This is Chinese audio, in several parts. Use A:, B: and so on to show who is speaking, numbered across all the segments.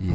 A: 以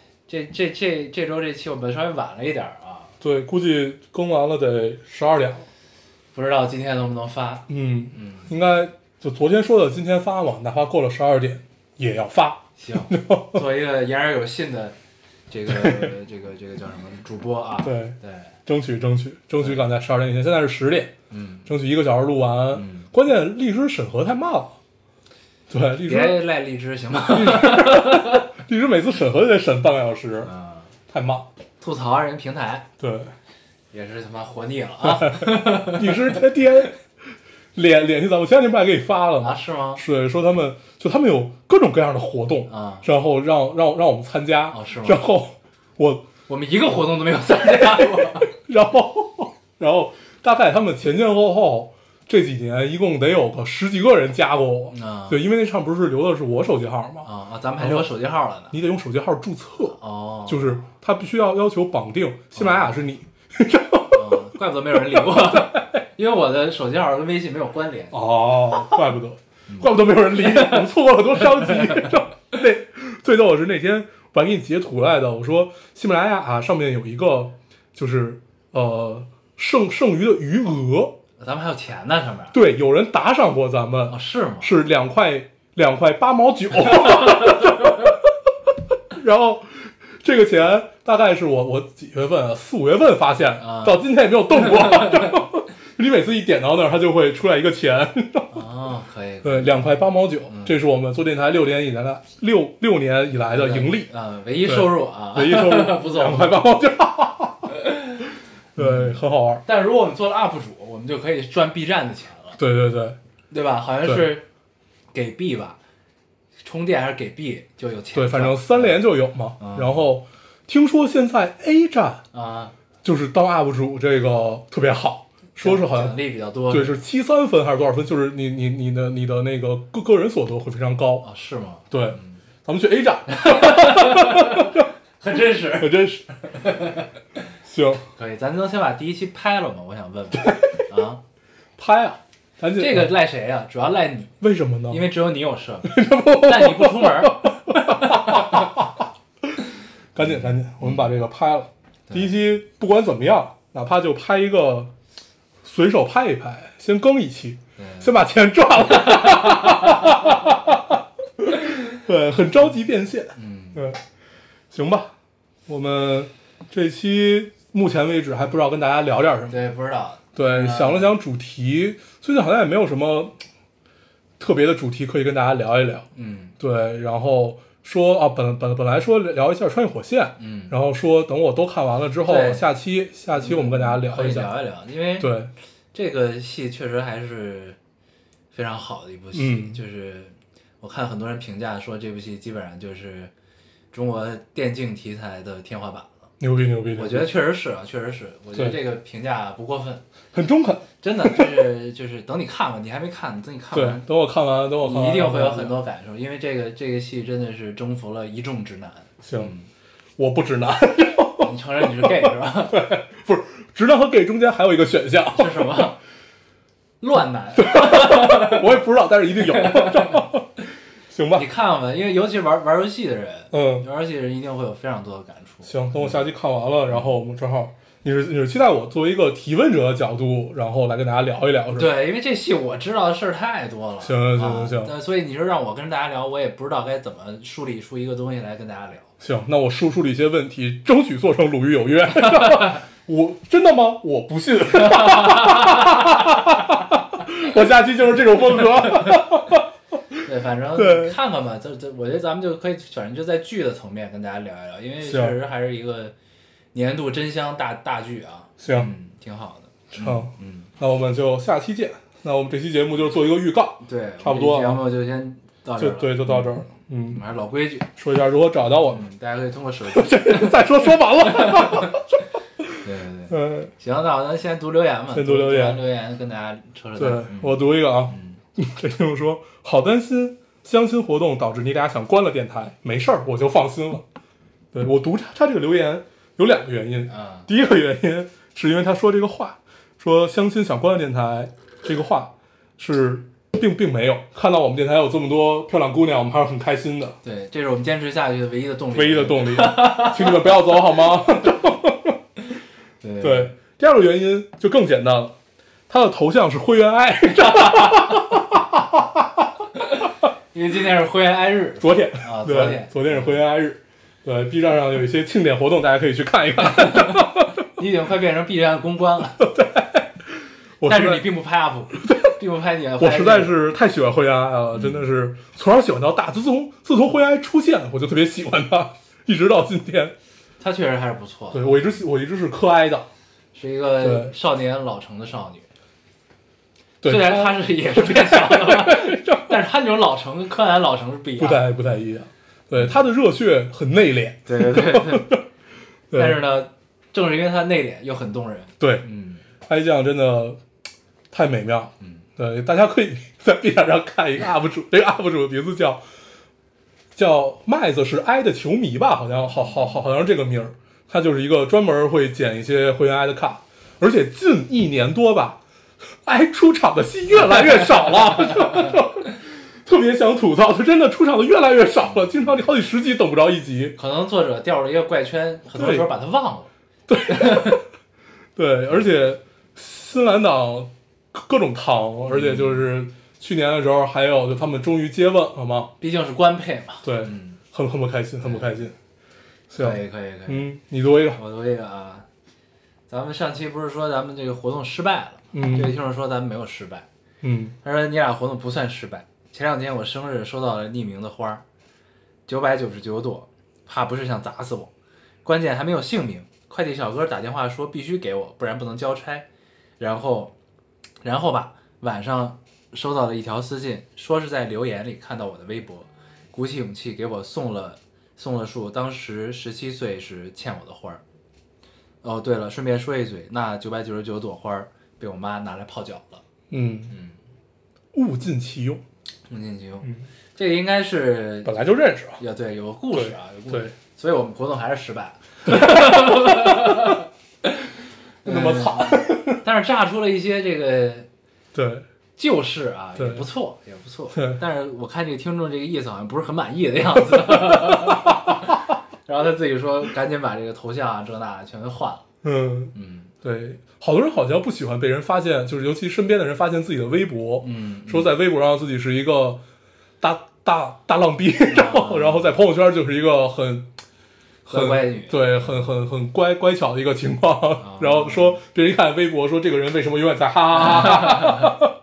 A: 这这这这周这期我们稍微晚了一点儿啊，
B: 对，估计更完了得十二点了。
A: 不知道今天能不能发。
B: 嗯
A: 嗯，
B: 应该就昨天说的，今天发嘛，哪怕过了十二点也要发。
A: 行，做一个言而有信的这个这个这个叫什么主播啊？
B: 对，
A: 对，
B: 争取争取争取赶在十二点以前。现在是十点，
A: 嗯，
B: 争取一个小时录完。
A: 嗯
B: 关键律师审核太慢了。对，律师
A: 别赖荔枝行吗？
B: 嗯律师每次审核就得审半个小时，
A: 嗯，
B: 太慢了。
A: 吐槽人平台
B: 对，
A: 也是他妈活腻了 啊
B: 律师他爹联联系咱们，我前两天不还给你发了
A: 啊？
B: 吗？
A: 是吗？
B: 是说他们就他们有各种各样的活动
A: 啊
B: 然后让让让我们参加，
A: 哦是吗
B: 然后我
A: 我们一个活动都没有参加过。
B: 然后然后大概他们前前后后这几年一共得有个十几个人加过我，
A: 啊
B: 对，因为那上不是留的是我手机号吗？
A: 啊啊！咱们还留手机号了呢。
B: 你得用手机号注册，
A: 哦，
B: 就是他必须要要求绑定喜马
A: 啊
B: 拉雅是你。
A: 嗯怪不得没有人理 我，因为我的手机号跟微信没有关联。
B: 哦，怪不得，怪不得没有人理你，我错过了多伤及。 那最逗的是那天我还给你截图来的，我说喜马拉雅、啊、上面有一个就是呃剩剩余的余额，
A: 咱们还有钱呢，上面。
B: 对，有人打赏过咱们
A: 哦，，是吗？
B: 是两块两块八毛九， 然后。这个钱大概是我我几月份啊？四五月份发现
A: 啊，
B: 到今天也没有动过。 你每次一点到那儿，它就会出来一个钱，
A: 哦，可以。
B: 对，两块八毛九，
A: 嗯
B: 这是我们做电台六年以来的六六年以来的盈利，
A: 啊，唯一收入啊，
B: 唯一收入
A: 不
B: 两
A: 错。嗯
B: 块八毛九，对，很好玩。
A: 但如果我们做了 UP 主，我们就可以赚 B 站的钱了，
B: 对对对
A: 对吧？好像
B: 对
A: 是给 B 吧，充电还是给 B 就有钱
B: 对，
A: 赚。
B: 反正三连就有嘛
A: 嗯。
B: 然后听说现在 A 站
A: 啊，
B: 就是当 UP 主这个特别好，说是好
A: 奖
B: 像
A: 励比较多。
B: 对是七三分还是多少分，就是你你你的你的那个个个人所得会非常高。
A: 啊，是吗？
B: 对，咱们去 A 站，
A: 很真实。
B: 可 真是行
A: 可以，咱能先把第一期拍了吗？我想问问啊，
B: 拍啊，赶紧
A: 这个赖谁啊呀？主要赖你，
B: 为什么呢？
A: 因为只有你有设 备，但你不出门儿。
B: 赶紧赶紧，我们把这个拍了。第一期不管怎么样，哪怕就拍一个，随手拍一拍，先更一期，先把钱赚了。对，很着急变现。
A: 嗯，
B: 对，行吧，我们这期目前为止还不知道跟大家聊点什么。
A: 对，不知道。
B: 对，想了想主题，最近好像也没有什么特别的主题可以跟大家聊一聊。
A: 嗯
B: 对，然后说啊，本本本来说聊一下《穿越火线》，
A: 嗯，
B: 然后说等我都看完了之后
A: 对，
B: 下期下期我们跟大家聊
A: 可
B: 一
A: 以
B: 下。
A: 聊一聊，因为
B: 对，
A: 这个戏确实还是非常好的一部戏，
B: 嗯
A: 就是我看很多人评价说这部戏基本上就是中国电竞题材的天花板了。
B: 牛逼牛逼，
A: 我觉得确实是啊，确实是，我觉得
B: 对
A: 这个评价不过分，
B: 很中肯。
A: 真的就是 就是等你看完，你还没看，等你看
B: 对
A: 完，，
B: 等我看完，等我看
A: 你一
B: 完，
A: 定会有很
B: 等
A: 多
B: 我看完。
A: 感受，因为这个这个戏真的是征服了一众直男。嗯
B: 行，我不直男，
A: 你承认你是 gay 是吧？
B: 不是直男和 gay 中间还有一个选项，
A: 是什么？ 乱男。
B: 我也不知道，但是一定有。 行吧
A: 你，看吧，因为尤其玩玩游戏的人，
B: 嗯，
A: 玩游戏的人一定会有非常多的感触。
B: 行，等我下期看完了，然后我们正好，你是你是期待我作为一个提问者的角度，然后来跟大家聊一聊，是吧？，
A: 对，因为这戏我知道的事儿太多了。
B: 行行
A: 啊
B: 行
A: 但所以你说让我跟大家聊，我也不知道该怎么梳理出一个东西来跟大家聊。
B: 行，那我梳梳理一些问题，争取做成鲁豫有约。 我真的吗？我不信。 我下期就是这种 风格。
A: 对，反正
B: 对
A: 看看吧，就就我觉得咱们就可以，反正就在剧的层面跟大家聊一聊，因为
B: 行
A: 确实还是一个年度真香大大剧啊。
B: 行，
A: 嗯，挺好的。
B: 成，
A: 嗯，
B: 那我们就下期见。那我们这期节目就是做一个预告，
A: 对，
B: 差不多啊
A: 然后就先到这
B: 就
A: 儿了，
B: 对，哦就到这儿了。
A: 我
B: 嗯
A: 们，还是老规矩，
B: 说一下如何找到我们。
A: 嗯，大家可以通过手机，
B: 再说说完了。
A: 对对对，
B: 嗯，
A: 行，那我们先读留言吧，
B: 先读留言
A: 完留言跟大家扯扯淡
B: 呃对
A: 嗯，
B: 我读一个啊
A: 嗯。
B: 这听众说，好担心相亲活动导致你俩想关了电台，没事儿，我就放心了。对我读他他这个留言有两个原因，
A: 啊，
B: 第一个原因是因为他说这个话，说相亲想关了电台这个话是并并没有看到我们电台有这么多漂亮姑娘，我们还是很开心的，
A: 对，这是我们坚持下去的唯一的动力，
B: 唯一的动力， 请你们不要走好吗？
A: 对对
B: 对，第二个原因就更简单了，他的头像是灰原哀，
A: 因为今天是灰原哀日，
B: 昨天
A: 啊
B: 对
A: 昨天
B: 昨天是灰原哀日，对，B 站上有一些庆典活动，大家可以去看 一看。
A: 你已经快变成 B 站的公关了，
B: 我
A: 但
B: 实
A: 是
B: 在
A: 你并不拍 UP，并不拍你的，
B: 我实在是太喜欢灰原哀了，真的是从小喜欢到大。自从自从灰原哀出现，我就特别喜欢他，一直到今天。
A: 她确实还是不错
B: 对
A: 的，
B: 我一直喜我一直是磕哀的，
A: 是一个
B: 对
A: 少年老成的少女。
B: 对，
A: 虽然她是也是变小了 吧，但是她那种老成跟柯南老成是不一
B: 不
A: 样的。
B: 太不太一样，对他的热血很内敛，
A: 对对对对。
B: 对
A: 但是呢，正是因为她内敛又很动人，
B: 对
A: 嗯，
B: 哀酱真的太美妙了，
A: 嗯，
B: 对，大家可以在 B 站上看一个 UP 主，这个 UP 主的名字叫叫麦子是哀的球迷吧，好像好好好好像是这个名儿，他就是一个专门会剪一些会员哀的卡，而且近一年多吧，哀出场的戏越来越少了。 特别想吐槽，他真的出场的越来越少了，经常你好几十集等不着一集。
A: 可能作者掉入一个怪圈，很多时候把她忘了。
B: 对，而且新兰党各各种糖，而
A: 嗯
B: 且就是去年的时候还有，就他们终于接吻了嘛，
A: 毕竟是官配嘛。
B: 对，
A: 嗯，哎
B: 很很不开心，很不开心。
A: 可以
B: 行，
A: 可以可以。
B: 嗯，你读一个，
A: 我读这个啊，咱们上期不是说咱们这个活动失败了吗？
B: 嗯
A: 这位听众说咱们没有失败，
B: 嗯，
A: 他说你俩活动不算失败。前两天我生日收到了匿名的花儿，九百九十九朵，怕不是想砸死我，关键还没有姓名。快递小哥打电话说必须给我，不然不能交差。然后，然后吧，晚上收到了一条私信，说是在留言里看到我的微博，鼓起勇气给我送了送了束当时十七岁时欠我的花儿。哦，对了，顺便说一嘴，那九百九十九朵花儿被我妈拿来泡脚了。
B: 嗯，
A: 嗯。
B: 物尽其用，
A: 木进行，
B: 嗯
A: 这个应该是
B: 本来就认识啊。
A: 也对，有个故事啊，有故
B: 对
A: 事，，所以我们活动还是失败 了。嗯
B: 那么惨，
A: 但是炸出了一些这个
B: 对，
A: 旧事啊，也
B: 对
A: 不错，也不错
B: 对。
A: 但是我看这个听众这个意思好像不是很满意的样 子，然后他自己说赶紧把这个头像啊这那全都换了。
B: 嗯，
A: 嗯
B: 对，好多人好像不喜欢被人发现，就是尤其身边的人发现自己的微博，
A: 嗯，
B: 说在微博上自己是一个大大大浪逼， 然后
A: 嗯
B: 然后在朋友圈就是一个很
A: 乖
B: 很
A: 乖女
B: 对，很很很乖乖巧的一个情
A: 啊
B: 况。 然后说别人一看微博说这个人为什么永远在哈哈哈哈，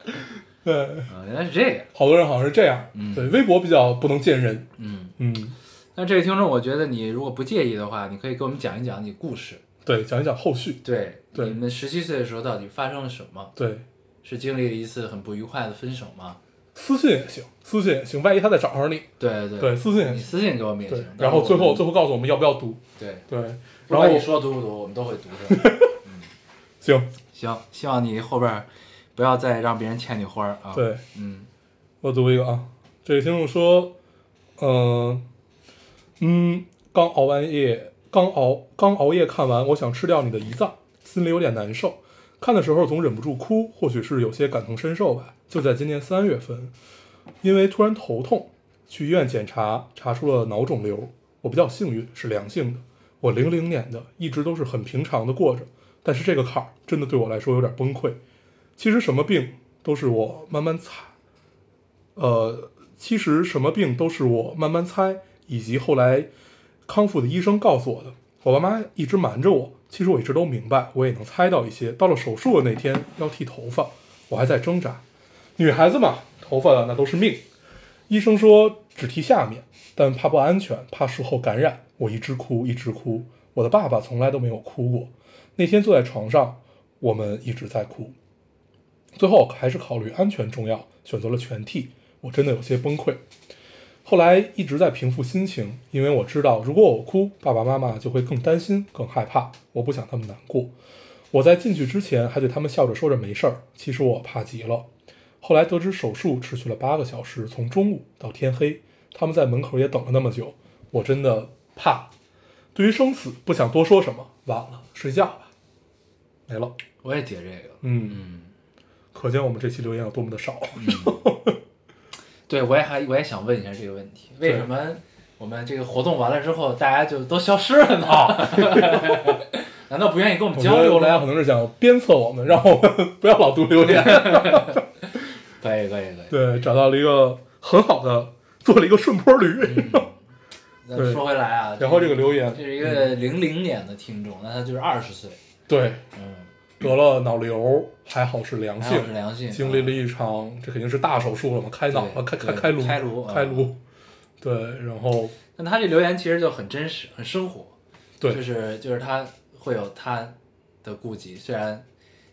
B: 对，
A: 啊，原来是这个。
B: 好多人好像是这样
A: 嗯，
B: 对，微博比较不能见人，
A: 嗯，
B: 嗯，
A: 那这位听众，我觉得你如果不介意的话，你可以给我们讲一讲你故事。
B: 对，讲一讲后续，
A: 对，
B: 对
A: 你们十七岁的时候到底发生了什么？
B: 对，
A: 是经历了一次很不愉快的分手吗？
B: 私信也行，私信也行，万一他在找上你，
A: 对对
B: 对，，私信也
A: 你
B: 行，
A: 私信给我们也
B: 对
A: 行。，
B: 然后最后最
A: 后
B: 后告诉我们要不要读，
A: 对，
B: 对，
A: 不
B: 然
A: 管
B: 后
A: 你说读不读，我们都会读 的。
B: 行，
A: 行，希望你后边儿不要再让别人欠你花儿啊。，
B: 对。
A: 嗯，
B: 我读一个啊，这位听众说，嗯、嗯，刚熬完夜，刚熬刚熬夜看完，我想吃掉你的胰脏，心里有点难受。看的时候总忍不住哭，或许是有些感同身受吧。就在今年三月份，因为突然头痛，去医院检查，查出了脑肿瘤。我比较幸运，是良性的。我零零年的，一直都是很平常的过着，但是这个坎儿真的对我来说有点崩溃。其实什么病都是我慢慢踩，呃，其实什么病都是我慢慢猜，以及后来康复的医生告诉我的。我爸妈一直瞒着我，其实我一直都明白，我也能猜到一些。到了手术的那天要剃头发，我还在挣扎。女孩子嘛，头发那都是命。医生说只剃下面，但怕不安全，怕术后感染。我一直哭，一直哭。我的爸爸从来都没有哭过。那天坐在床上，我们一直在哭。最后还是考虑安全重要，选择了全剃。我真的有些崩溃。后来一直在平复心情，因为我知道，如果我哭，爸爸妈妈就会更担心、更害怕。我不想他们难过。我在进去之前还对他们笑着说着没事儿，其实我怕极了。后来得知手术持续了八个小时，从中午到天黑，他们在门口也等了那么久，我真的怕。对于生死，不想多说什么，晚了，睡觉吧。没了。
A: 我也解这个，
B: 嗯，
A: 嗯，
B: 可见我们这期留言有多么的少。
A: 嗯 对我也还我也想问一下这个问题，为
B: 对
A: 什么我们这个活动完了之后，大家就都消失了呢？ 难道不愿意跟我们
B: 啊我
A: 交
B: 觉
A: 流
B: 得大嗯家
A: 了？
B: 可能是想鞭策我们，让我们不要老读留 言。
A: 可以可以可以。
B: 对，找到了一个很好的，做了一个顺坡驴。
A: 那
B: 对
A: 说回来啊，
B: 然后这个留言嗯
A: 这是一个零零年的听众，那他就是二十岁，
B: 对，
A: 嗯，
B: 得了脑瘤，还好是良
A: 还
B: 性
A: 好是，良性，啊
B: 经历了一场，这肯定是大手术了嘛，开脑
A: 对
B: 了，开
A: 对
B: 开颅，
A: 开
B: 开
A: 颅啊
B: 颅。对，然后
A: 嗯。但他这留言其实就很真实，很生活，
B: 对
A: 就是就是他会有他的顾忌，虽然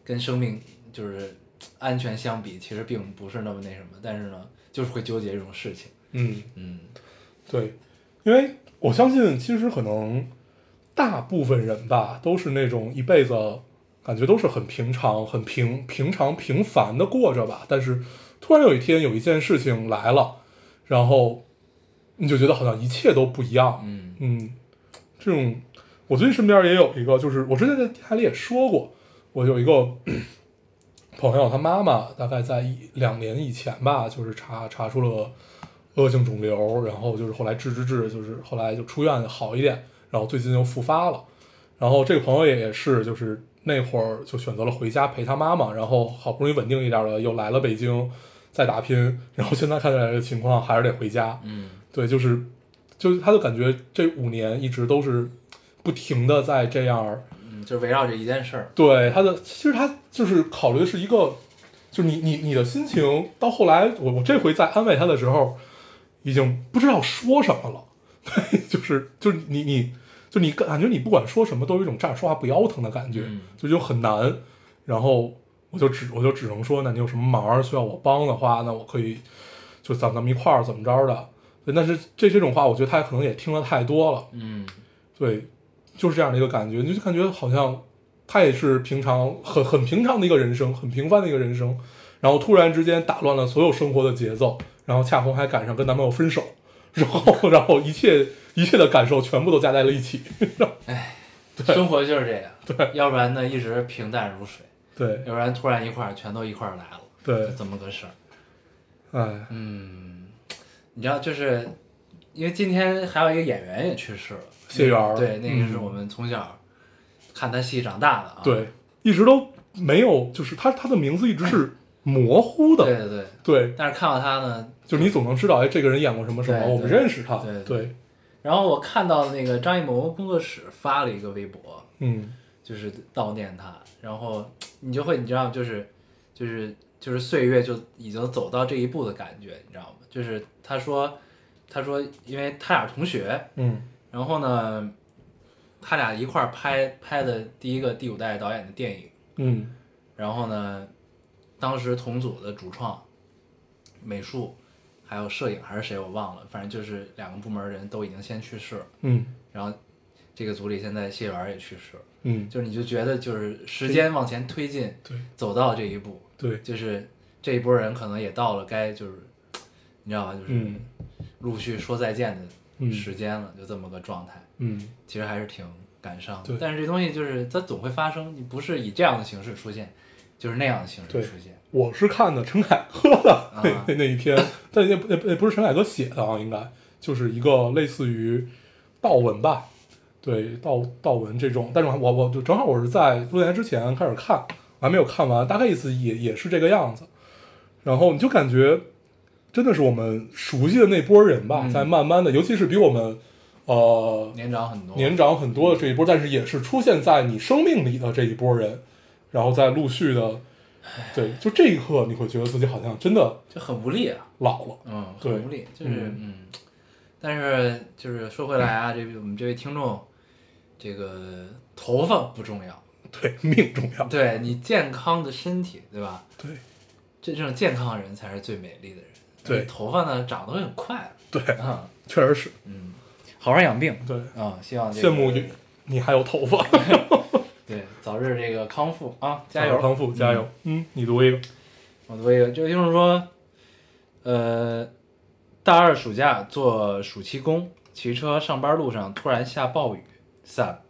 A: 跟生命就是安全相比，其实并不是那么那什么，但是呢，就是会纠结这种事情，
B: 嗯，
A: 嗯，
B: 对，因为我相信，其实可能大部分人吧，都是那种一辈子感觉都是很平常、很平平常、平凡的过着吧。但是突然有一天有一件事情来了，然后你就觉得好像一切都不一样。
A: 嗯
B: 嗯，这种我最近身边也有一个，就是我之前在电台里也说过，我有一个 朋友，他妈妈大概在一两年以前吧，就是查查出了恶性肿瘤，然后就是后来治治治，就是后来就出院好一点，然后最近又复发了。然后这个朋友也是，就是那会儿就选择了回家陪他妈妈，然后好不容易稳定一点了，又来了北京，再打拼，然后现在看起来的情况还是得回家，
A: 嗯，
B: 对，就是，就是他就感觉这五年一直都是不停的在这样儿，
A: 嗯，就围绕着一件事儿，
B: 对他的，其实他就是考虑的是一个，就是你你你的心情，到后来我我这回在安慰他的时候，已经不知道说什么了， 对，就是就是你你就你感觉你不管说什么都有一种站着说话不腰疼的感觉，
A: 嗯
B: 就就很难，然后我就只我就只能说，那你有什么忙儿需要我帮的话，那我可以就咱们咱们一块儿怎么着的，对但是这这种话，我觉得他可能也听了太多了。
A: 嗯，
B: 对，就是这样的一个感觉，你就感觉好像他也是平常很很平常的一个人生，很平凡的一个人生，然后突然之间打乱了所有生活的节奏，然后恰逢还赶上跟男朋友分手，然后然后一切一切的感受全部都加在了一起，
A: 生活就是这样，对，要不然呢一直平淡如水，
B: 对
A: 要不然突然一块儿全都一块儿来了，
B: 对
A: 就，这么个事儿，
B: 哎，
A: 嗯，你知道，就是因为今天还有一个演员也去世了，
B: 谢元儿
A: 对，那个是
B: 嗯
A: 我们从小看他戏长大的啊，
B: 对，一直都没有，就是他他的名字一直是模糊
A: 对
B: 的，
A: 对对，
B: 对，
A: 但是看到他呢，
B: 就是你总能知道，哎，这个人演过什么什么，
A: 对
B: 我们
A: 对
B: 认识他，
A: 对对
B: 对，
A: 然后我看到那个张艺谋工作室发了一个微博，
B: 嗯，
A: 就是悼念他，然后你就会你知道就是就是就是岁月就已经走到这一步的感觉，你知道吗？就是他说他说因为他俩是同学，
B: 嗯，
A: 然后呢，他俩一块儿拍拍的第一个第五代导演的电影，
B: 嗯，
A: 然后呢，当时同组的主创、美术还有摄影还是谁我忘了，反正就是两个部门人都已经先去世了，
B: 嗯，
A: 然后这个组里现在谢元儿也去世了，
B: 嗯，
A: 就是你就觉得就是时间往前推进，
B: 对，
A: 走到这一步，
B: 对，
A: 就是这一波人可能也到了该就是，你知道吧，就是
B: 嗯
A: 陆续说再见的
B: 嗯
A: 时间了，就这么个状态，
B: 嗯。
A: 其实还是挺感伤的
B: 对。
A: 但是这东西就是它总会发生，你不是以这样的形式出现，就是那样的形式
B: 对
A: 出现。
B: 我是看的陈凯歌的那、
A: 啊
B: 那那一篇，但那那那不是陈凯歌写的啊，应该就是一个类似于悼文吧，对悼悼文这种，但是我我我就正好我是在录电台之前开始看，我还没有看完，大概意思也也是这个样子，然后你就感觉真的是我们熟悉的那波人吧，
A: 嗯
B: 在慢慢的，尤其是比我们呃
A: 年长很多，
B: 年长很多的这一波，但是也是出现在你生命里的这一波人，然后再陆续的，对，就这一刻你会觉得自己好像真的
A: 就很无力啊，
B: 老了，
A: 嗯，
B: 对
A: 很无力，就是
B: 嗯
A: 嗯。但是就是说回来啊，这位我们这位听众，这个头发不重要，
B: 对， 命重要，
A: 对你健康的身体，对吧？
B: 对，
A: 真正健康的人才是最美丽的人。
B: 对
A: 而且头发呢长得会很快，
B: 对，
A: 啊，
B: 确实是
A: 好好养病
B: 对，
A: 啊，希望这个
B: 羡慕你，你还有头发，
A: 对早日这个康复啊，加油！
B: 康复，加油，嗯，你读一个，
A: 我读一个，就就是说，呃，大二暑假做暑期工，骑车上班路上突然下暴雨，伞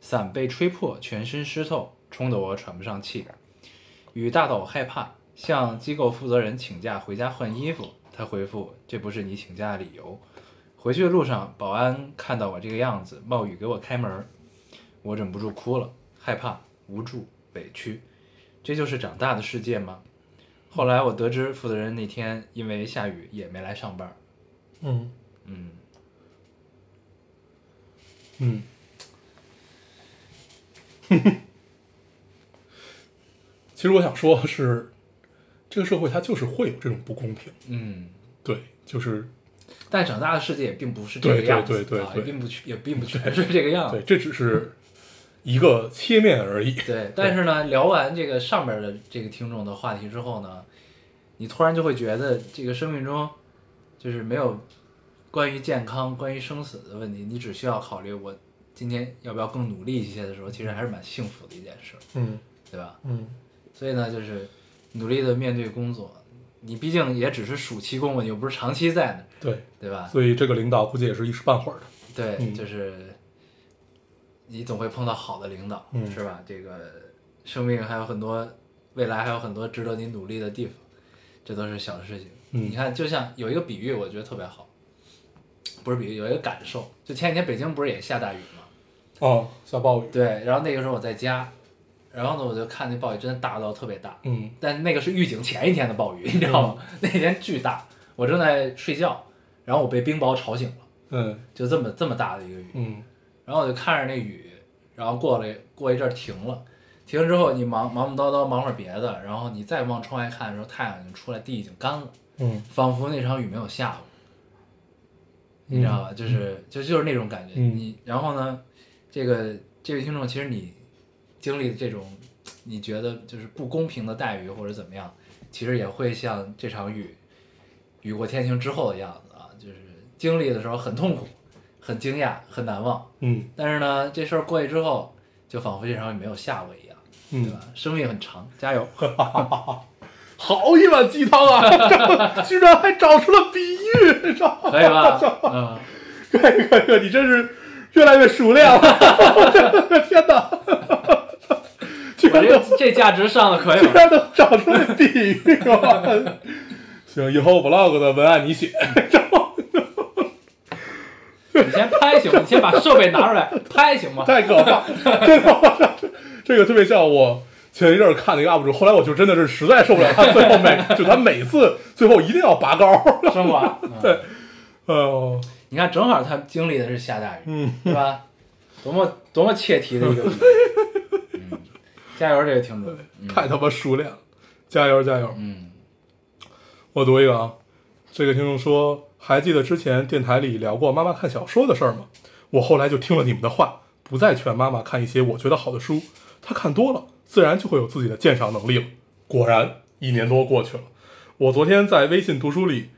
A: 伞被吹破，全身湿透，冲得我喘不上气。雨大到我害怕，向机构负责人请假回家换衣服，他回复这不是你请假的理由。回去的路上，保安看到我这个样子，冒雨给我开门，我忍不住哭了，害怕、无助、委屈，这就是长大的世界吗？后来我得知负责人那天因为下雨也没来上班。
B: 嗯
A: 嗯，
B: 嗯，其实我想说的是，这个社会它就是会有这种不公平，
A: 嗯，
B: 对，就是
A: 但长大的世界也并不是这个
B: 对对
A: 样子
B: 对对
A: 啊，也
B: 对
A: 并不全也并不全是这个样
B: 对，
A: 子。
B: 这只是一个切面而已，
A: 对，但是呢，聊完这个上边的这个听众的话题之后呢，你突然就会觉得这个生命中就是没有关于健康、关于生死的问题，你只需要考虑我今天要不要更努力一些的时候，其实还是蛮幸福的一件事，
B: 嗯
A: 对吧？
B: 嗯，
A: 所以呢，就是努力的面对工作。你毕竟也只是暑期工嘛，你又不是长期在那儿，
B: 对，
A: 对吧？
B: 所以这个领导估计也是一时半会儿的，
A: 对，
B: 嗯
A: 就是你总会碰到好的领导，
B: 嗯
A: 是吧？这个生命还有很多，未来还有很多值得你努力的地方，这都是小事情。
B: 嗯
A: 你看，就像有一个比喻，我觉得特别好，不是比喻，有一个感受。就前几天北京不是也下大雨吗？
B: 哦，下暴雨，
A: 对，然后那个时候我在家，然后呢，我就看那暴雨真的大到特别大，
B: 嗯
A: 但那个是预警前一天的暴雨， 你知道吗？那天巨大，我正在睡觉，然后我被冰雹吵醒了，
B: 嗯
A: 就这么这么大的一个雨，
B: 嗯
A: 然后我就看着那雨，然后过了过一阵儿停了，停了之后你忙忙忙叨叨忙会儿别的，然后你再往窗外看的时候，太阳已经出来，地已经干了，
B: 嗯，
A: 仿佛那场雨没有下过，你知道吧？就是就就是那种感觉。
B: 嗯
A: 你然后呢，这个这位听众，其实你经历的这种你觉得就是不公平的待遇或者怎么样，其实也会像这场雨雨过天晴之后的样子啊，就是经历的时候很痛苦、很惊讶、很难忘。
B: 嗯
A: 但是呢，这事儿过去之后，就仿佛这场雨没有下过一样，对
B: 嗯
A: 吧，？生命很长，加油！
B: 好一碗鸡汤啊， 居然还找出了比喻，知道吗
A: 可以吧？嗯，
B: 可以可以可以，你真是越来越熟练了，天哪！居
A: 我
B: 然能
A: 这这价值上的可以
B: 居
A: 吗？
B: 然能找出来比喻啊！ 行，以后 vlog 的文案你写，
A: 你先拍行吗？你先把设备拿出 来拍行吗？
B: 太可 怕，真的，我操这个特别像我前一阵儿看那个 UP 主，后来我就真的是实在受不了他最后每就他每次最后一定要拔高，
A: 生活，嗯
B: 对，哎呦，
A: 你看，正好他经历的是下大雨，
B: 嗯，
A: 对吧？多么多么切题的一个 问题。嗯，加油，这个听众。
B: 太他妈熟练了，加油加油！
A: 嗯，
B: 我读一个啊，这个听众说，还记得之前电台里聊过妈妈看小说的事儿吗？我后来就听了你们的话，不再劝妈妈看一些我觉得好的书，她看多了，自然就会有自己的鉴赏能力了。果然，一年多过去了，我昨天在微信读书里，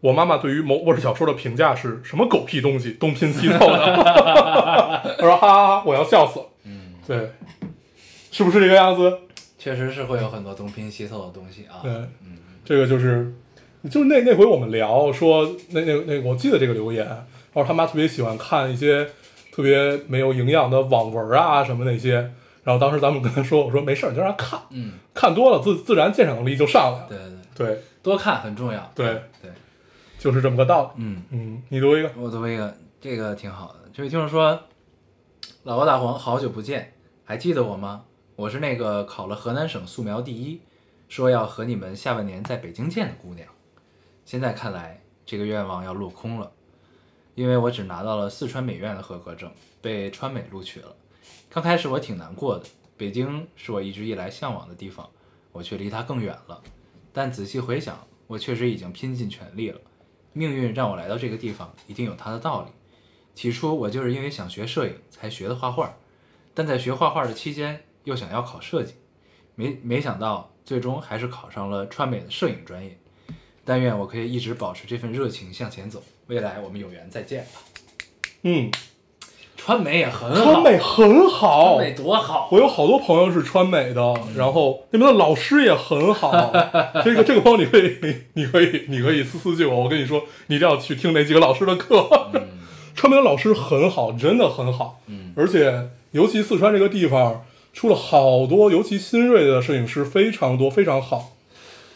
B: 我妈妈对于某本小说的评价是什么狗屁东西，东拼西凑的。 我说哈哈哈，我要笑死了。嗯，对，是不是这个样子？
A: 确实是会有很多东拼西凑的东西啊。
B: 对，这个就是，就是那那回我们聊说，那那那我记得这个留言，然后他妈特别喜欢看一些特别没有营养的网文啊什么那些，然后当时咱们跟他说，我说没事儿，你就让他看，
A: 嗯，
B: 看多了自自然鉴赏能力就上来了。
A: 对对对，
B: 对
A: 多看很重要。
B: 对，
A: 对，
B: 就是这么个道理。
A: 嗯。
B: 嗯，你读一个，
A: 我读一个，这个挺好的。这位听众说：“老高大黄，好久不见，还记得我吗？我是那个考了河南省素描第一，说要和你们下半年在北京见的姑娘。现在看来，这个愿望要落空了，因为我只拿到了四川美院的合格证，被川美录取了。刚开始我挺难过的，北京是我一直以来向往的地方，我却离它更远了。但仔细回想，我确实已经拼尽全力了。”命运让我来到这个地方，一定有它的道理。起初我就是因为想学摄影才学的画画，但在学画画的期间又想要考设计，没没想到最终还是考上了川美的摄影专业。但愿我可以一直保持这份热情向前走。未来我们有缘再见吧。
B: 嗯，
A: 川美也很好，
B: 川美很好，
A: 川美多好，
B: 我有好多朋友是川美的，然后那边的老师也很好。这个这个包你可以，你可以，你可以私私信我。我跟你说，你一定要去听哪几个老师的课。川美的老师很好，真的很好。
A: 嗯
B: 而且尤其四川这个地方出了好多，尤其新锐的摄影师非常多，非常好。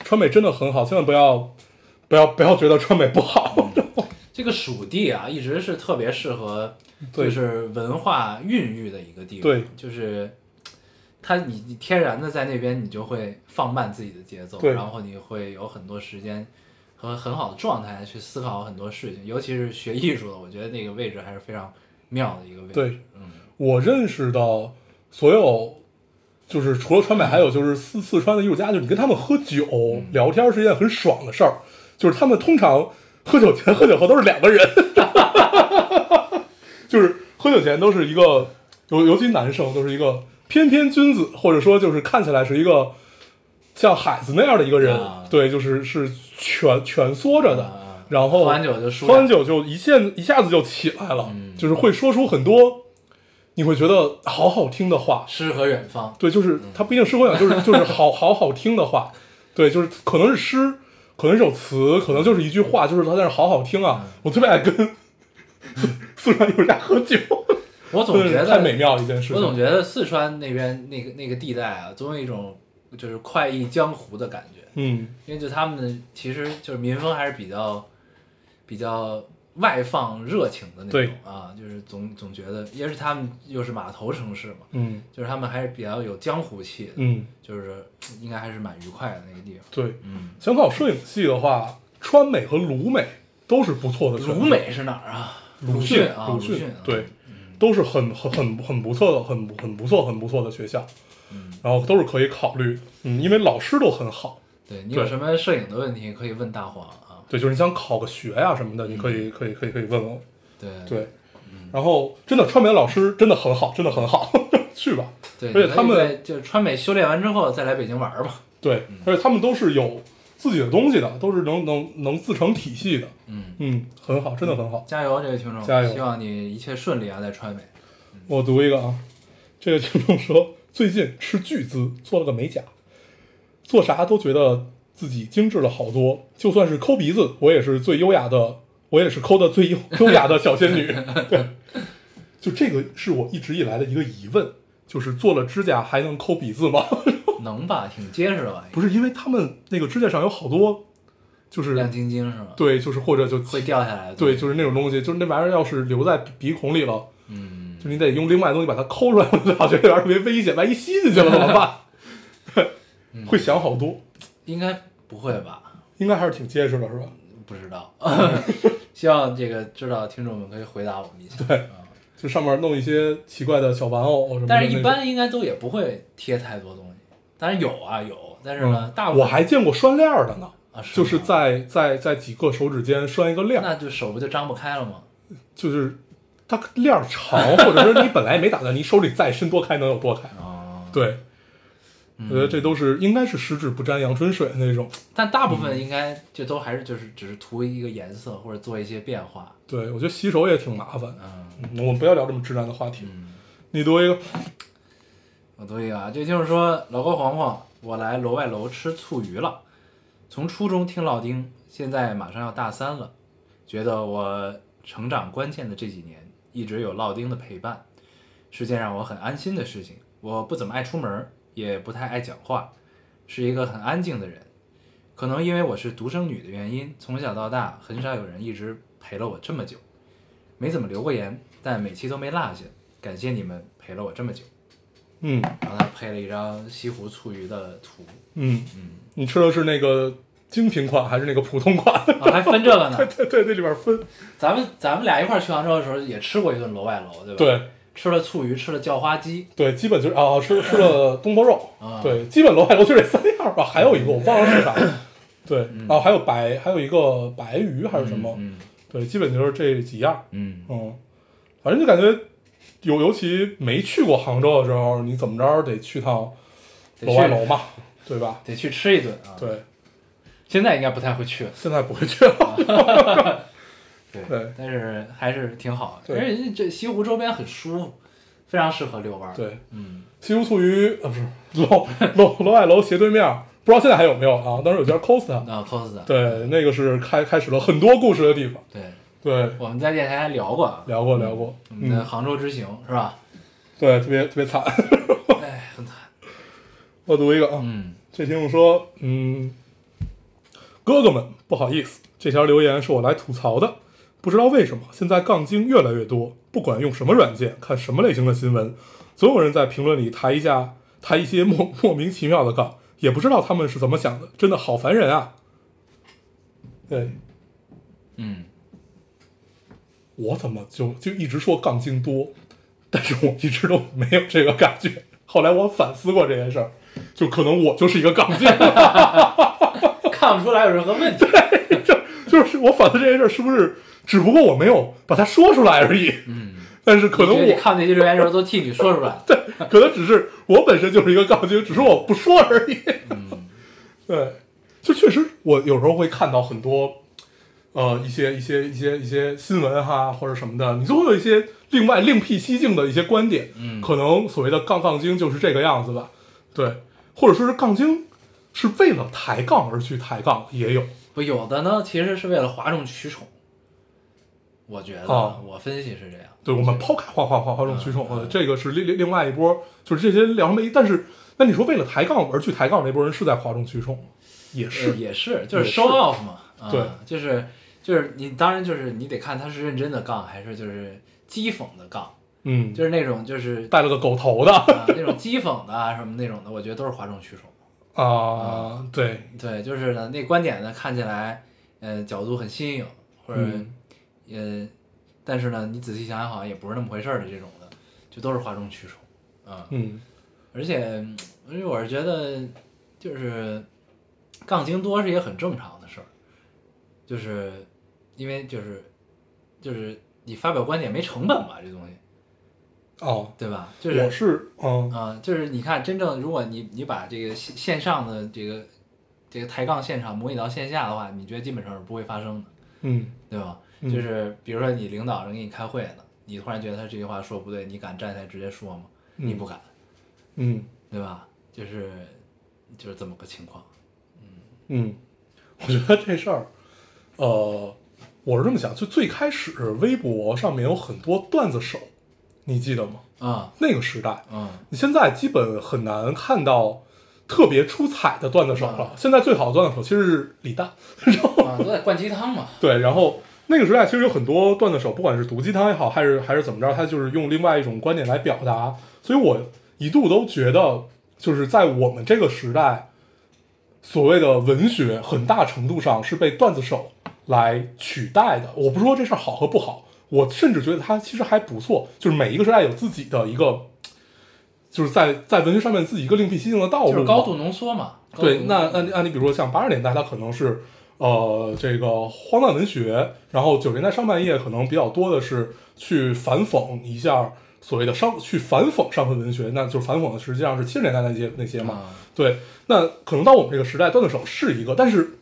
B: 川美真的很好，千万不要不要不要觉得川美不好。
A: 这个蜀地啊，一直是特别适合，
B: 对
A: 就是文化孕育的一个地方。
B: 对
A: 就是它你你天然的在那边，你就会放慢自己的节奏，
B: 对
A: 然后你会有很多时间和很好的状态去思考很多事情，尤其是学艺术的，我觉得那个位置还是非常妙的一个位置。
B: 对，
A: 嗯，
B: 我认识到所有，就是除了川美，还有就是四四川的艺术家，就是你跟他们喝酒
A: 嗯
B: 聊天是一件很爽的事儿。就是他们通常喝酒前、喝酒后都是两个人， 就是喝酒前都是一个，尤尤其男生都是一个翩翩君子，或者说就是看起来是一个像海子那样的一个人，
A: 啊
B: 对，就是是蜷蜷缩着的。
A: 啊
B: 然后
A: 喝完酒就舒
B: 喝完
A: 展
B: 酒就一下一下子就起来了，
A: 嗯
B: 就是会说出很多你会觉得好好听的话。
A: 诗和远方，
B: 对，就是
A: 嗯
B: 它不一定是我想，就是 就是好好好听的话。对，就是可能是诗，可能是首词，可能就是一句话，就是它但是好好听啊。
A: 嗯
B: 我特别爱跟 四川艺术家喝酒，
A: 我总觉得
B: 太美妙了一件事
A: 我总
B: 情。
A: 觉得四川那边那个那个地带啊，总有一种就是快意江湖的感觉，
B: 嗯，
A: 因为就他们的其实就是民风还是比较比较外放热情的那种
B: 对
A: 啊，就是总总觉得，也是他们又是码头城市嘛，
B: 嗯
A: 就是他们还是比较有江湖气的，
B: 嗯，
A: 就是应该还是蛮愉快的那个地方。
B: 对。
A: 嗯，
B: 想考摄影系的话，川美和鲁美都是不错的选择。
A: 鲁美是哪儿啊？鲁
B: 迅
A: 啊，
B: 鲁
A: 鲁
B: 迅
A: 啊，
B: 对，都是很很很很不错的，很很不错很不错的学校，然后都是可以考虑，嗯，因为老师都很好，
A: 对你有
B: 对
A: 什么摄影的问题可以问大黄啊？
B: 对，就是你想考个学呀、什么的，你可以可以可以可以问我，
A: 对
B: 对，然后真的川美的老师真的很好，真的很好， 去吧，
A: 对，
B: 而且他们
A: 你可以在就是川美修炼完之后再来北京玩儿嘛。
B: 对，而且他们都是有自己的东西的，都是能能能自成体系的，
A: 嗯，
B: 嗯，很好，真的很好。
A: 加油，这位听众，
B: 加油
A: 希望你一切顺利啊，在川美。
B: 我读一个啊，这个听众说，最近斥巨资做了个美甲，做啥都觉得自己精致了好多，就算是抠鼻子，我也是最优雅的，我也是抠的最优优雅的小仙女。 对，就这个是我一直以来的一个疑问，就是做了指甲还能抠鼻子吗？
A: 能吧，挺结实的吧？
B: 不是，因为他们那个指甲上有好多，就
A: 亮
B: 是
A: 晶晶是吗？，
B: 对，就是或者就
A: 会掉下来的。
B: 对，就是那种东西，就是那玩意儿要是留在鼻鼻孔里了。
A: 嗯，
B: 就你得用另外的东西把它抠出来，我就老觉得有点特别危险，万一吸进去了怎么办？对， 会想好多，
A: 应该不会吧？
B: 应该还是挺结实的，是吧？
A: 不知道，
B: 嗯
A: 希望这个知道的听众们可以回答我们一下。
B: 对
A: 啊
B: 就上面弄一些奇怪的小玩偶什么的
A: 但是
B: 那
A: 一
B: 种
A: 般应该都也不会贴太多东西，当然有啊有，但是呢，大部分
B: 嗯我还见过拴链儿的呢，
A: 啊是吗
B: 就是在在在几个手指间拴一个链儿，
A: 那就手不就张不开了吗？
B: 就是它链儿长，或者说你本来没打算，你手里再伸多开能有多开？
A: 啊，
B: 对，我觉得嗯呃这都是应该是十指不沾阳春水的那种。
A: 嗯但大部分
B: 嗯
A: 应该就都还是就是只是涂一个颜色或者做一些变化。
B: 对，我觉得洗手也挺麻烦。
A: 嗯，
B: 嗯我们不要聊这么直男的话题。你读一个，
A: 我读一个啊，这就是说老高黄黄，我来楼外楼吃醋鱼了。从初中听老丁，现在马上要大三了，觉得我成长关键的这几年，一直有老丁的陪伴，是件让我很安心的事情。我不怎么爱出门，也不太爱讲话，是一个很安静的人。可能因为我是独生女的原因，从小到大很少有人一直陪了我这么久，没怎么留过言，但每期都没落下。感谢你们陪了我这么久。
B: 嗯。
A: 然后他配了一张西湖醋鱼的图，
B: 嗯，你吃的是那个精品款还是那个普通款？
A: 啊，还分这个呢。
B: 对对，那里边分。
A: 咱们咱们俩一块儿去杭州的时候也吃过一顿楼外楼，对吧？
B: 对
A: 吃了醋鱼，吃了叫花鸡，
B: 对，基本就是啊，吃吃了东坡肉
A: 啊，
B: 对，基本楼海楼就这三样吧，还有一个我忘了是啥。
A: 嗯
B: 对，然后还有白，还有一个白鱼还是什么？
A: 嗯
B: 对，基本就是这几样。
A: 嗯，
B: 嗯，反正就感觉有，尤其没去过杭州的时候，你怎么着得去趟
A: 得
B: 楼外楼
A: 去
B: 嘛，对吧？
A: 得去吃一顿啊。，
B: 对，
A: 现在应该不太会去了。
B: 现在不会去了。
A: 对
B: 对
A: 但是还是挺好的，
B: 对
A: 而且这西湖周边很舒服，非常适合遛弯。，
B: 对，
A: 嗯，
B: 西湖醋鱼啊，不是 楼楼楼外楼斜对面，不知道现在还有没有啊？当时有家 Costa，
A: 那 cos 的，
B: 对，那个是开开始了很多故事的地方。
A: 对，
B: 对，
A: 我们在电台还聊过啊，
B: 聊过聊过，
A: 我们的
B: 嗯，
A: 杭州之行是吧？
B: 对，特别特别惨。 嗯
A: 哎，很惨。
B: 我读一个啊，
A: 嗯，
B: 这题目说，嗯，哥哥们，不好意思，这条留言是我来吐槽的。不知道为什么，现在杠精越来越多，不管用什么软件，看什么类型的新闻，总有人在评论里抬一下抬一些莫莫名其妙的杠，也不知道他们是怎么想的，真的好烦人啊！对
A: 嗯，
B: 我怎么就就一直说杠精多，但是我一直都没有这个感觉。后来我反思过这件事儿，就可能我就是一个杠精。啊
A: 看不出来有任何问题。
B: 就是我反思这件事儿是不是，只不过我没有把它说出来而已。
A: 嗯，
B: 但是可能
A: 你觉得
B: 我
A: 你看那些留言的时候都替你说出来了。
B: 可能只是我本身就是一个杠精，只是我不说而已。
A: 嗯
B: 对，就确实我有时候会看到很多，呃，一些一些一些一些新闻哈或者什么的，你就会有一些另外另辟蹊径的一些观点。
A: 嗯
B: 可能所谓的杠杠精就是这个样子吧。对，或者说是杠精是为了抬杠而去抬杠，也有。
A: 不，有的呢，其实是为了哗众取宠。我觉得，
B: 哦
A: 我分析是这样。
B: 对，我们抛开哗哗哗哗众取宠，
A: 嗯
B: 呃，这个是另另另外一波，就是这些聊什么？但是，那你说为了抬杠而去抬杠那波人是在哗众取宠吗，也
A: 呃
B: 是，
A: 也是，就是
B: 也是
A: show off 嘛。啊
B: 对
A: 就是就是你当然就是你得看他是认真的杠还是就是讥讽的杠，
B: 嗯，
A: 就是那种 就是
B: 带了个狗头的
A: 啊那种讥讽的啊什么那种的，我觉得都是哗众取宠。
B: 啊，
A: 嗯
B: 对，
A: 对，就是呢，那观点呢看起来，呃，角度很新颖，或者，
B: 嗯
A: 呃，但是呢，你仔细想想，好像也不是那么回事儿的这种的，就都是哗众取宠啊。
B: 嗯，
A: 而且，嗯而且我是觉得，就是杠精多是一个很正常的事儿，就是因为就是就是你发表观点没成本嘛，这东西，
B: 哦，
A: 对吧？就是
B: 我是，嗯，
A: 啊、就是你看，真正如果你你把这个线线上的这个这个抬杠现场模拟到线下的话，你觉得基本上是不会发生的，
B: 嗯，
A: 对吧？
B: 嗯
A: 就是比如说你领导正给你开会呢，你突然觉得他这句话说不对，你敢站起来直接说吗？
B: 嗯
A: 你不敢，
B: 嗯，
A: 对吧？就是就是这么个情况。
B: 嗯，我觉得这事儿，呃，我是这么想，就最开始微博上面有很多段子手，你记得吗？
A: 啊、
B: 那个时代，
A: 嗯，
B: 你现在基本很难看到特别出彩的段子手了。现在最好的段子手其实是李诞，然后
A: 啊，都在灌鸡汤 嘛。
B: 对，然后那个时代其实有很多段子手，不管是毒鸡汤也好，还是还是怎么着，他就是用另外一种观点来表达。所以我一度都觉得，就是在我们这个时代，所谓的文学很大程度上是被段子手来取代的。我不是说这事儿好和不好，我甚至觉得它其实还不错，就是每一个时代有自己的一个。就是在在文学上面自己一个另辟蹊径的道路
A: 就
B: 吧，
A: 是高度浓缩嘛。高度
B: 对，
A: 浓
B: 那
A: 缩
B: 按你按你比如说像八十年代，它可能是呃这个荒诞文学，然后九十年代上半叶可能比较多的是去反讽一下所谓的上去反讽上文文学，那就是反讽的实际上是七十年代那些那些嘛。
A: 啊
B: 对，那可能到我们这个时代，段子手是一个，但是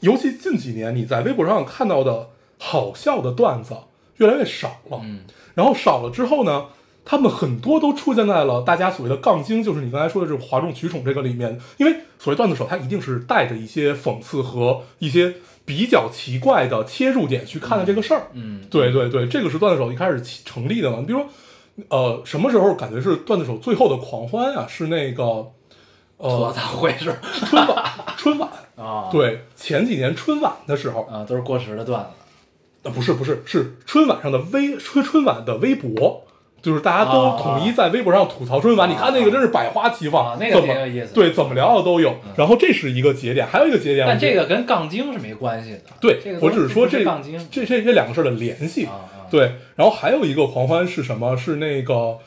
B: 尤其近几年你在微博上看到的好笑的段子越来越少了。
A: 嗯
B: 然后少了之后呢，他们很多都出现在了大家所谓的杠精，就是你刚才说的这种哗众取宠这个里面。因为所谓段子手，他一定是带着一些讽刺和一些比较奇怪的切入点去看待这个事儿。
A: 嗯，
B: 对对对，这个是段子手一开始起成立的嘛。你比如说，呃，什么时候感觉是段子手最后的狂欢啊？是那个，
A: 吐槽
B: 呃，
A: 大会是吧
B: 春晚，春晚。
A: 啊，
B: 对，前几年春晚的时候，
A: 啊，都是过时的段子。
B: 啊，不是不是，是春晚上的微春春晚的微博，就是大家都
A: 啊
B: 统一在微博上吐槽春晚。
A: 啊
B: 你看那个真是百花齐放，
A: 啊那个
B: 怎么
A: 挺有意思的嗯
B: 对，怎么聊的都有。然后这是一个节点，还有一个节点，
A: 但
B: 我觉
A: 这
B: 得
A: 个跟杠精是没关系的。
B: 对
A: 这个，
B: 我只
A: 是
B: 是说这
A: 杠精，
B: 这这这两个事儿的联系。
A: 啊啊
B: 对，然后还有一个狂欢是什么？是那个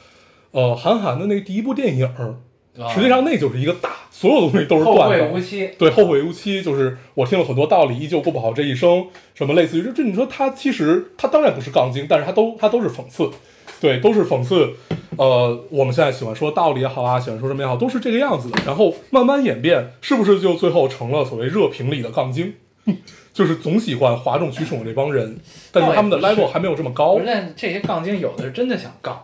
B: 呃韩寒的那第一部电影儿，
A: 啊
B: 实际上那就是一个大，所有东西都是
A: 后
B: 段
A: 会
B: 子
A: 无。期。
B: 对，后会无期，就是我听了很多道理，依旧过不好这一生，什么类似于这这，你说他其实他当然不是杠精，但是他都他都是讽刺，对，都是讽刺。呃，我们现在喜欢说道理也好啊，喜欢说什么也好，都是这个样子的。然后慢慢演变，是不是就最后成了所谓热评里的杠精？就是总喜欢哗众取宠这帮人，但是他们的
A: 倒也不是
B: level 还没有这么高
A: 不是，。但这些杠精有的是真的想杠，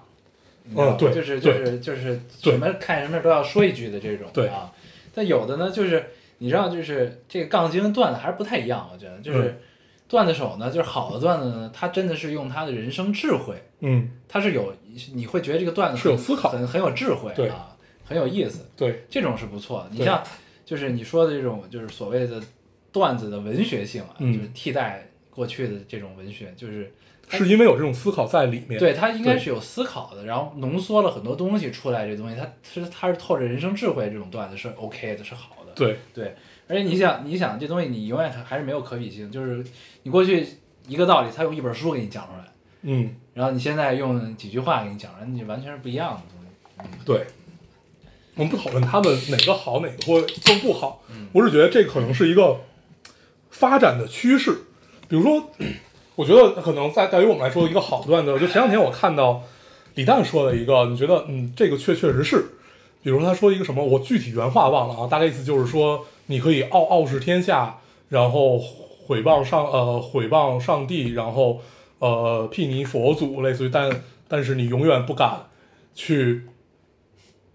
A: 你知
B: 嗯
A: 道吧
B: 对
A: 就是就
B: 对
A: 是就是
B: 对
A: 什么看什么都要说一句的这种，
B: 对
A: 啊。但有的呢，就是你知道，就是这个杠精段子还是不太一样，我觉得就是
B: 嗯
A: 段子手呢，就是好的段子呢，他真的是用他的人生智慧，
B: 嗯，
A: 他是有你会觉得这个段子
B: 是有
A: 很
B: 思考
A: 很很有智慧
B: 对
A: 啊，很有意思，
B: 对，
A: 这种是不错的。你
B: 对
A: 像就是你说的这种，就是所谓的段子的文学性啊，
B: 嗯
A: 就是替代过去的这种文学，就是
B: 是因为有这种思考在里面。
A: 对，它应该
B: 对
A: 是有思考的，然后浓缩了很多东西出来。这东西它其实它是透着人生智慧，这种段子是 OK 的，是好的。
B: 对
A: 对，而且你想，你想这东西你永远还还是没有可比性，就是你过去一个道理，他用一本书给你讲出来，
B: 嗯，
A: 然后你现在用几句话给你讲出来，你完全是不一样的东西。
B: 对。我们不讨论他们哪个好，哪个或更不好。我只觉得这可能是一个发展的趋势。比如说， 我觉得可能在对于我们来说，一个好段子，就前两天我看到李诞说的一个，你觉得嗯，这个确确实是。比如他说一个什么，我具体原话忘了啊，大概意思就是说，你可以傲傲视天下，然后毁谤上呃毁谤上帝，然后呃睥睨佛祖，类似于，但但是你永远不敢去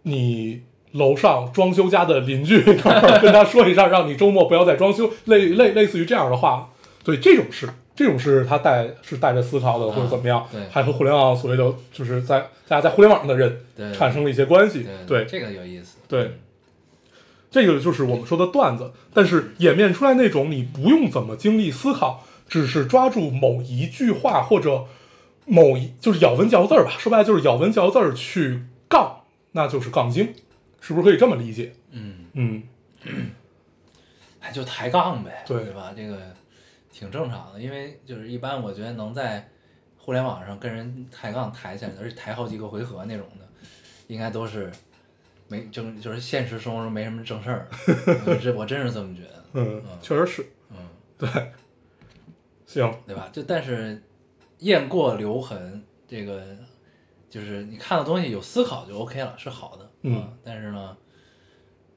B: 你楼上装修家的邻居 那儿跟他说一声，让你周末不要再装修，类类类似于这样的话， 对这种是这种是他带是带着思考的，或者怎么样，
A: 对
B: 还和互联网所谓的就是在大家在互联网上的人
A: 对
B: 产生了一些关系，
A: 对，这个有意思。
B: 对，这个就是我们说的段子，但是演变出来那种你不用怎么经历思考，只是抓住某一句话或者某一就是咬文嚼字儿吧，说白了就是咬文嚼字儿去杠，那就是杠精，是不是可以这么理解？
A: 嗯，
B: 嗯，
A: 哎，就抬杠呗，
B: 对
A: 吧？这个挺正常的，因为就是一般我觉得能在互联网上跟人抬杠抬起来的，而且抬好几个回合那种的，应该都是没正，就是现实生活中没什么正事儿。我 这我真是这么觉得，
B: 嗯
A: 嗯，
B: 确实是，
A: 嗯，
B: 对，行，
A: 对吧？就但是雁过留痕，这个就是你看到东西有思考就 OK 了，是好的，
B: 嗯
A: 啊但是呢。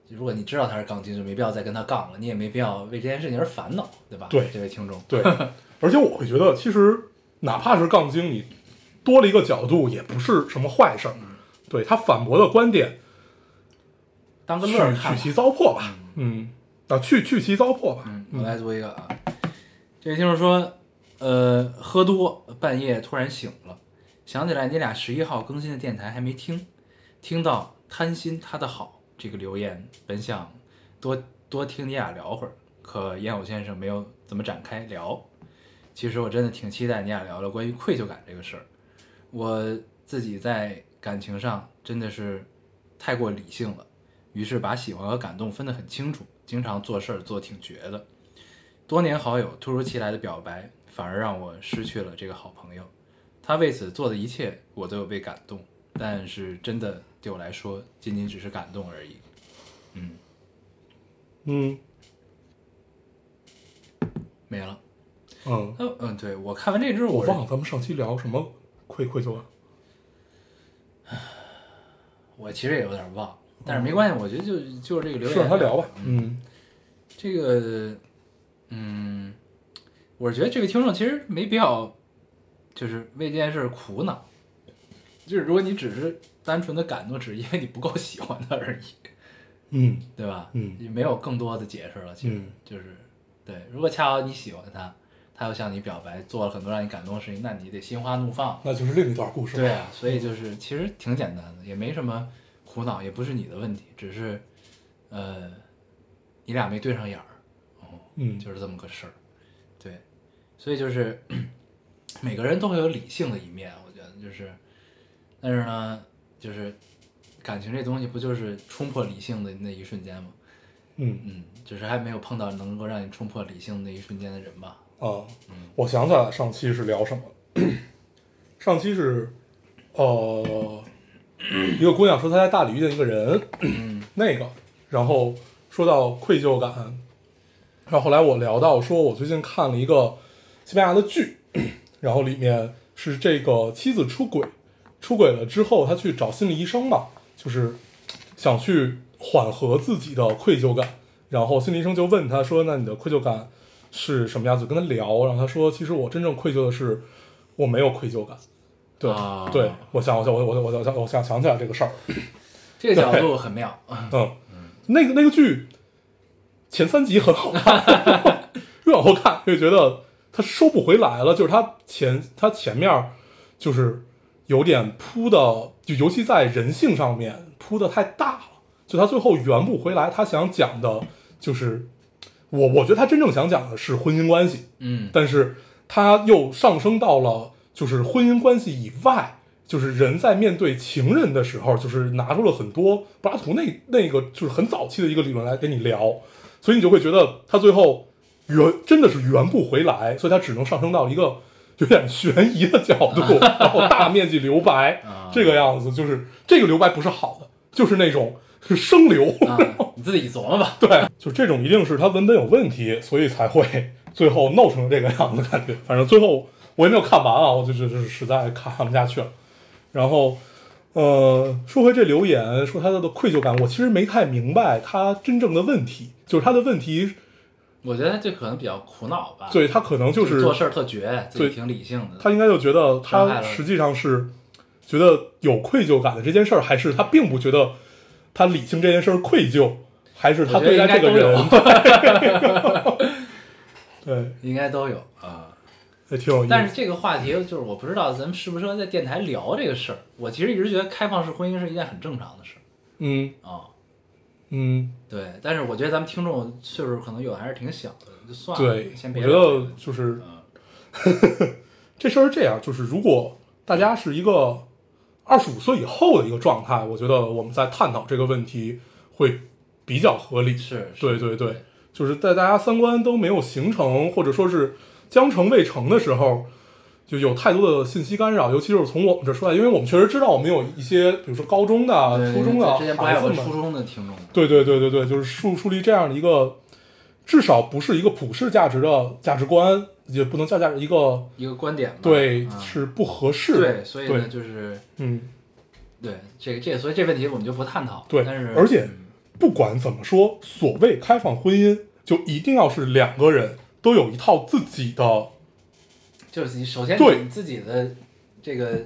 A: 如果你知道他是杠精，就没必要再跟他杠了，你也没必要为这件事情而烦恼，对吧？
B: 对
A: 这位听众，
B: 对，而且我会觉得，其实哪怕是杠精，你多了一个角度也不是什么坏事儿，
A: 嗯
B: 对他反驳的观点。
A: 当个
B: 去
A: 乐儿看
B: 去
A: 吧。
B: 其糟粕吧，嗯，啊，去去其糟粕吧，
A: 嗯，我来读一个啊，这位听众说，呃，喝多半夜突然醒了，想起来你俩十一号更新的电台还没听，听到贪心他的好这个留言，本想多多听你俩聊会儿，可烟偶先生没有怎么展开聊。其实我真的挺期待你俩聊聊关于愧疚感这个事儿。我自己在感情上真的是太过理性了，于是把喜欢和感动分得很清楚，经常做事儿做挺绝的。多年好友突如其来的表白，反而让我失去了这个好朋友。他为此做的一切，我都有被感动，但是真的对我来说，仅仅只是感动而已。嗯，
B: 嗯
A: 没了。
B: 嗯，
A: 嗯嗯，对我看完这之后，
B: 我
A: 我
B: 忘了咱们上期聊什么愧愧疚感，
A: 我其实也有点忘，但是没关系，我觉得就就是这个留
B: 是
A: 言，
B: 让他聊吧，嗯
A: 这个，嗯，我是觉得这个听众其实没必要，就是为这件事儿苦恼。就是如果你只是单纯的感动，只是因为你不够喜欢他而已，
B: 嗯
A: 对吧？
B: 嗯
A: 也没有更多的解释了。其实
B: 嗯
A: 就是，对，如果恰好你喜欢他，他又向你表白，做了很多让你感动的事情，那你得心花怒放。
B: 那就是另一段故事，
A: 对，啊，所以就是其实挺简单的，也没什么苦恼，也不是你的问题，只是，呃，你俩没对上眼儿。
B: 嗯，
A: 就是这么个事儿。对，所以就是 每个人都会有理性的一面，我觉得就是，但是呢，就是感情这东西不就是冲破理性的那一瞬间吗？
B: 嗯
A: 嗯，只是还没有碰到能够让你冲破理性的那一瞬间的人吧。
B: 啊，我想起来上期是聊什么了，上期是呃，一个姑娘说她在大理遇见一个人，那个，然后说到愧疚感，然后后来我聊到说，我最近看了一个西班牙的剧， 然后里面是这个妻子出轨，出轨了之后，她去找心理医生嘛，就是想去缓和自己的愧疚感，然后心理医生就问她说：“那你的愧疚感是什么样子，跟他聊，然后他说，其实我真正愧疚的是我没有愧疚感。对，
A: 啊
B: 对我想，我想，我我我我想，我想想起来这个事儿。
A: 这个角度很妙，
B: 嗯，那个那个剧前三集很好看， 越往后看越觉得他收不回来了，就是他前他前面儿就是有点铺的，就尤其在人性上面铺的太大了，就他最后圆不回来，他想讲的就是我我觉得他真正想讲的是婚姻关系，
A: 嗯，
B: 但是他又上升到了就是婚姻关系以外，就是人在面对情人的时候，就是拿出了很多柏拉图那那个就是很早期的一个理论来跟你聊，所以你就会觉得他最后圆真的是圆不回来，所以他只能上升到一个有点悬疑的角度，然后大面积留白
A: 啊，
B: 这个样子就是这个留白不是好的，就是那种是生留，
A: 啊，你自己琢磨吧，
B: 对，就这种一定是他文本有问题，所以才会 最后弄成这个样子，感觉。反正最后我也没有看完啊，我就觉得实在看看不下去了。然后，呃，说回这留言，说他的愧疚感，我其实没太明白他真正的问题，就是他的问题，
A: 我觉得他这可能比较苦恼吧，
B: 对他可能就
A: 就是
B: 是
A: 做事儿特绝，自己
B: 对
A: 挺理性的，
B: 他应该就觉得
A: 伤害
B: 他
A: 了
B: 实际上是觉得有愧疚感的这件事儿，还是他并不觉得他理性这件事儿愧疚，还是他
A: 我觉得
B: 对待这个
A: 应该都
B: 人
A: 有，
B: 对，
A: 应该都有啊。
B: 也挺有意思。
A: 但是这个话题就是我不知道咱们适不适合在电台聊这个事儿。我其实一直觉得开放式婚姻是一件很正常的事儿
B: 嗯
A: 啊，
B: 嗯，
A: 对。但是我觉得咱们听众岁数可能有的还是挺小的，就算了，
B: 嗯对，
A: 先别
B: 我觉
A: 聊这个嗯
B: 得
A: 问题
B: 就是
A: 嗯
B: 这事儿是这样，就是如果大家是一个二十五岁以后的一个状态，我觉得我们在探讨这个问题会比较合理。
A: 是是
B: 对对对，就是在大家三观都没有形成，或者说是将成未成的时候，就有太多的信息干扰，尤其是从我们这出来，因为我们确实知道我们有一些，比如说高中的啊、
A: 对
B: 初中的
A: 呃之前不还
B: 孩
A: 有
B: 子
A: 个
B: 们，
A: 初中的听众吗？
B: 对对对对对，就是树树立这样的一个，至少不是一个普世价值的价值观，也不能叫价值一个
A: 一个观点嘛，
B: 对
A: 啊
B: 是不合适的。
A: 对，所以
B: 对
A: 呢，就是
B: 嗯，
A: 对这个这个，所以这问题我们就不探讨。
B: 对
A: 但是
B: 而且
A: 嗯
B: 不管怎么说，所谓开放婚姻，就一定要是两个人都有一套自己的，
A: 就是你首先
B: 对
A: 你自己的这个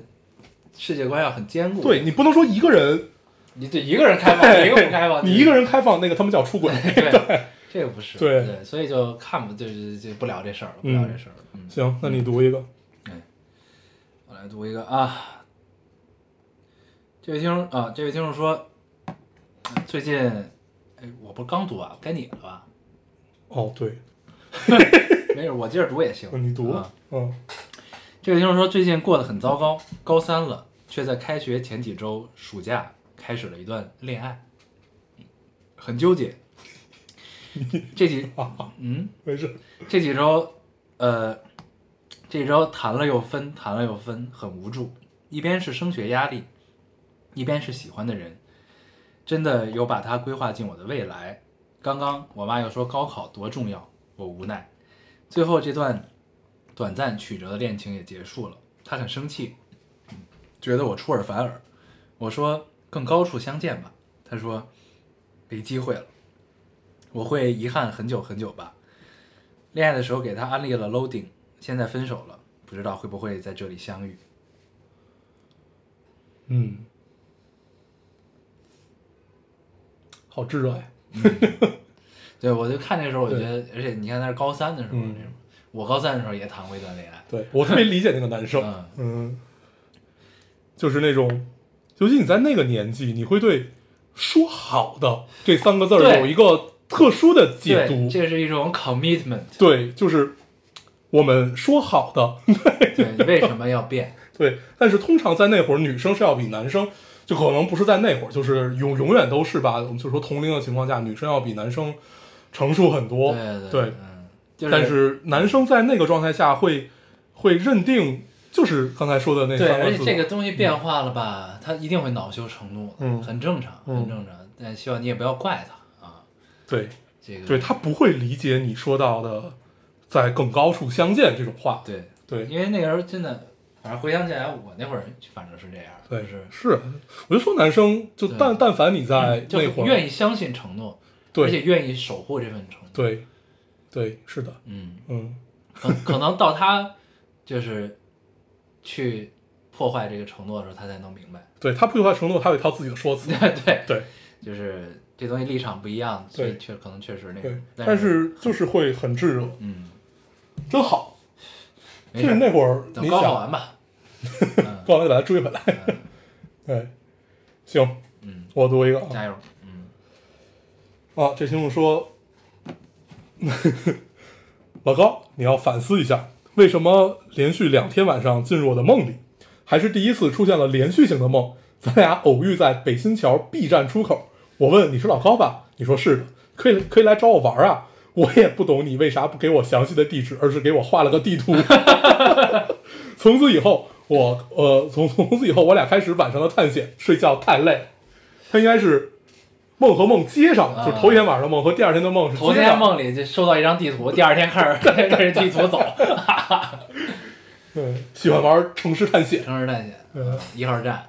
A: 世界观要很坚固。
B: 对，你不能说一个人，
A: 你对一个人开 放，一个不开放，
B: 你一个人开放，那个他们叫 出 轨。
A: 对，这个不是
B: 对
A: 对，所以就看不就是就不聊这事儿了，不
B: 嗯
A: 聊这事儿了。嗯，
B: 行，那你读一个，
A: 我来读一个啊，这位听众啊，这位听众说，嗯最近哎，我不是刚读完，该你了吧？
B: 哦，对，
A: 没事，我接着读也行
B: 那。哦你读
A: 嗯啊
B: 吧，嗯，
A: 这位听众说最近过得很糟糕，高三了，却在开学前几周暑假开始了一段恋爱，嗯很纠结。这 几嗯，
B: 没事，
A: 这几周，呃，这几周谈了又分，谈了又分，很无助。一边是升学压力，一边是喜欢的人，真的有把他规划进我的未来。刚刚我妈又说高考多重要，我无奈。最后这段短暂曲折的恋情也结束了，她很生气，觉得我出尔反尔。我说更高处相见吧，她说没机会了，我会遗憾很久很久吧。恋爱的时候给他安利了 loading，现在分手了，不知道会不会在这里相遇。
B: 嗯，好炙热呀，
A: 对，我就看那时候，我就
B: 对
A: 觉得，而且你看那是高三的时候，
B: 嗯
A: 那时候我高三的时候也谈过一段恋爱，
B: 对我特别理解那个男生，
A: 嗯
B: 嗯，就是那种，尤其你在那个年纪，你会对“说好的”这三个字儿
A: 对
B: 有一个特殊的解
A: 对，
B: 读，
A: 这是一种 commitment，
B: 对，就是我们说好的，
A: 对，你为什么要变？
B: 对，但是通常在那会儿，女生是要比男生，就可能不是在那会儿，就是永永远都是吧，我们就说同龄的情况下，女生要比男生成熟很多，
A: 对
B: 哦对
A: 嗯，就是
B: 但是男生在那个状态下会会认定，就是刚才说的那
A: 对，
B: 三
A: 而
B: 个
A: 且
B: 字，
A: 这个东西变化了吧，他一定会恼羞成怒的，
B: 嗯
A: 很正常，
B: 嗯
A: 很正常。但希望你也不要怪他啊，
B: 对
A: 这个
B: 对他不会理解你说到的在更高处相见这种话，
A: 对，
B: 对
A: 因为那个时候真的，反正回想起来，我那会儿反正是这样，
B: 对
A: 就是
B: 是，我就说男生就
A: 对嗯
B: 但但凡你在
A: 就
B: 哎那会儿，
A: 愿意相信承诺，而且
B: 对
A: 愿意守护这份承诺。
B: 对对，是的，
A: 嗯，
B: 嗯，
A: 可可能到他就是去破坏这个承诺的时候，他才能明白。
B: 对他破坏承诺，他有一套自己的说辞，
A: 对，
B: 对
A: 就是这东西立场不一样，所以
B: 对
A: 确可能确实那
B: 对
A: 个，，
B: 但
A: 是
B: 是就是会很炙热，
A: 嗯，
B: 真好。
A: 没
B: 就
A: 事
B: 是
A: 儿，
B: 那会儿
A: 等
B: 你
A: 高
B: 想，
A: 考完吧。
B: 高考就把他追回来，
A: 嗯
B: 对，行，
A: 嗯，
B: 我读一个啊，
A: 加油。嗯
B: 啊，这听众说，老高，你要反思一下，为什么连续两天晚上进入我的梦里，还是第一次出现了连续性的梦，咱俩偶遇在北新桥 B 站出口，我问你是老高吧，你说是的，可以可以来找我玩啊，我也不懂你为啥不给我详细的地址，而是给我画了个地图。 从此以后，我呃，从从此以后，我俩开始晚上的探险，睡觉太累了。他应该是梦和梦接上，
A: 啊
B: 就是头一天晚上的梦和第二天的梦是
A: 头
B: 接
A: 天
B: 上。
A: 梦里就收到一张地图，第二天开始跟着地图走，
B: 对，喜欢玩城市探险，
A: 城市探险
B: 嗯，
A: 一号站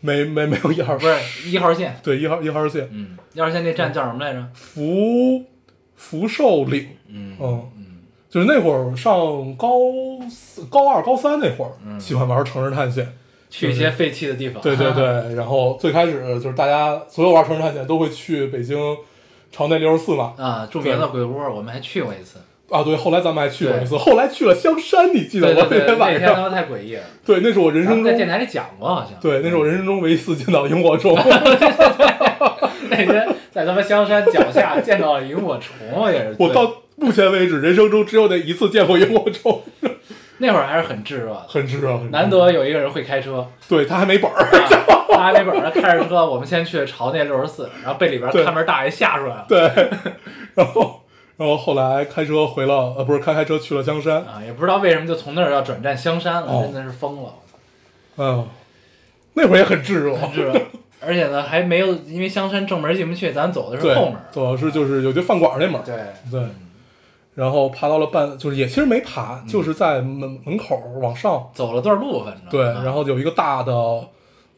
B: 没没没有一号
A: 不 是一号线，
B: 对一号一号线
A: 嗯，一号线那站叫什么来着？
B: 福福寿岭，
A: 嗯
B: 嗯
A: 嗯
B: 就是那会儿上高四高二高三那会儿，
A: 嗯啊
B: 喜欢玩城市探险。
A: 去一些废弃的地方。
B: 对对对，然后最开始就是大家所有玩城市探险都会去北京朝内六十四嘛，
A: 啊，著名的鬼屋，我们还去过一 次。
B: 啊对，后来咱们还去过
A: 对
B: 一次，后来去了香山，你记得
A: 对
B: 吗
A: 对？
B: 那
A: 对，
B: 天
A: 那
B: 晚
A: 天
B: 上，
A: 他妈太诡异了。
B: 对，那是我人
A: 咱
B: 生
A: 们在
B: 中
A: 电台里讲过，好像。
B: 对，那是我人生中唯一一次见到萤 火虫。
A: 那天在他妈香山脚下见到了萤火虫，我也是醉。
B: 我到目前为止人生中只有那一次见过萤火虫，
A: 那会儿还是很炙热的，
B: 很值啊，很值
A: 难得有一个人会开 车。
B: 对他还没本儿，
A: 啊拉那本儿开着车，我们先去朝那六十四，然后被里边看门大爷吓出来了。
B: 对，然后然后后来开车回了，呃，不是开开车去了香山，
A: 啊，也不知道为什么就从那儿要转战香山了，
B: 哦
A: 真的是疯了，
B: 嗯，那会儿也很炙热，
A: 是吧？而且呢，还没有，因为香山正门进不去，咱走的是
B: 对
A: 后门，。
B: 主要是就是有些饭馆那门儿，
A: 对，
B: 对，然后爬到了半，就是也其实没
A: 嗯
B: 爬，就是在门门口往上，
A: 走了段路，反正
B: 对，
A: 啊
B: 然后有一个大的。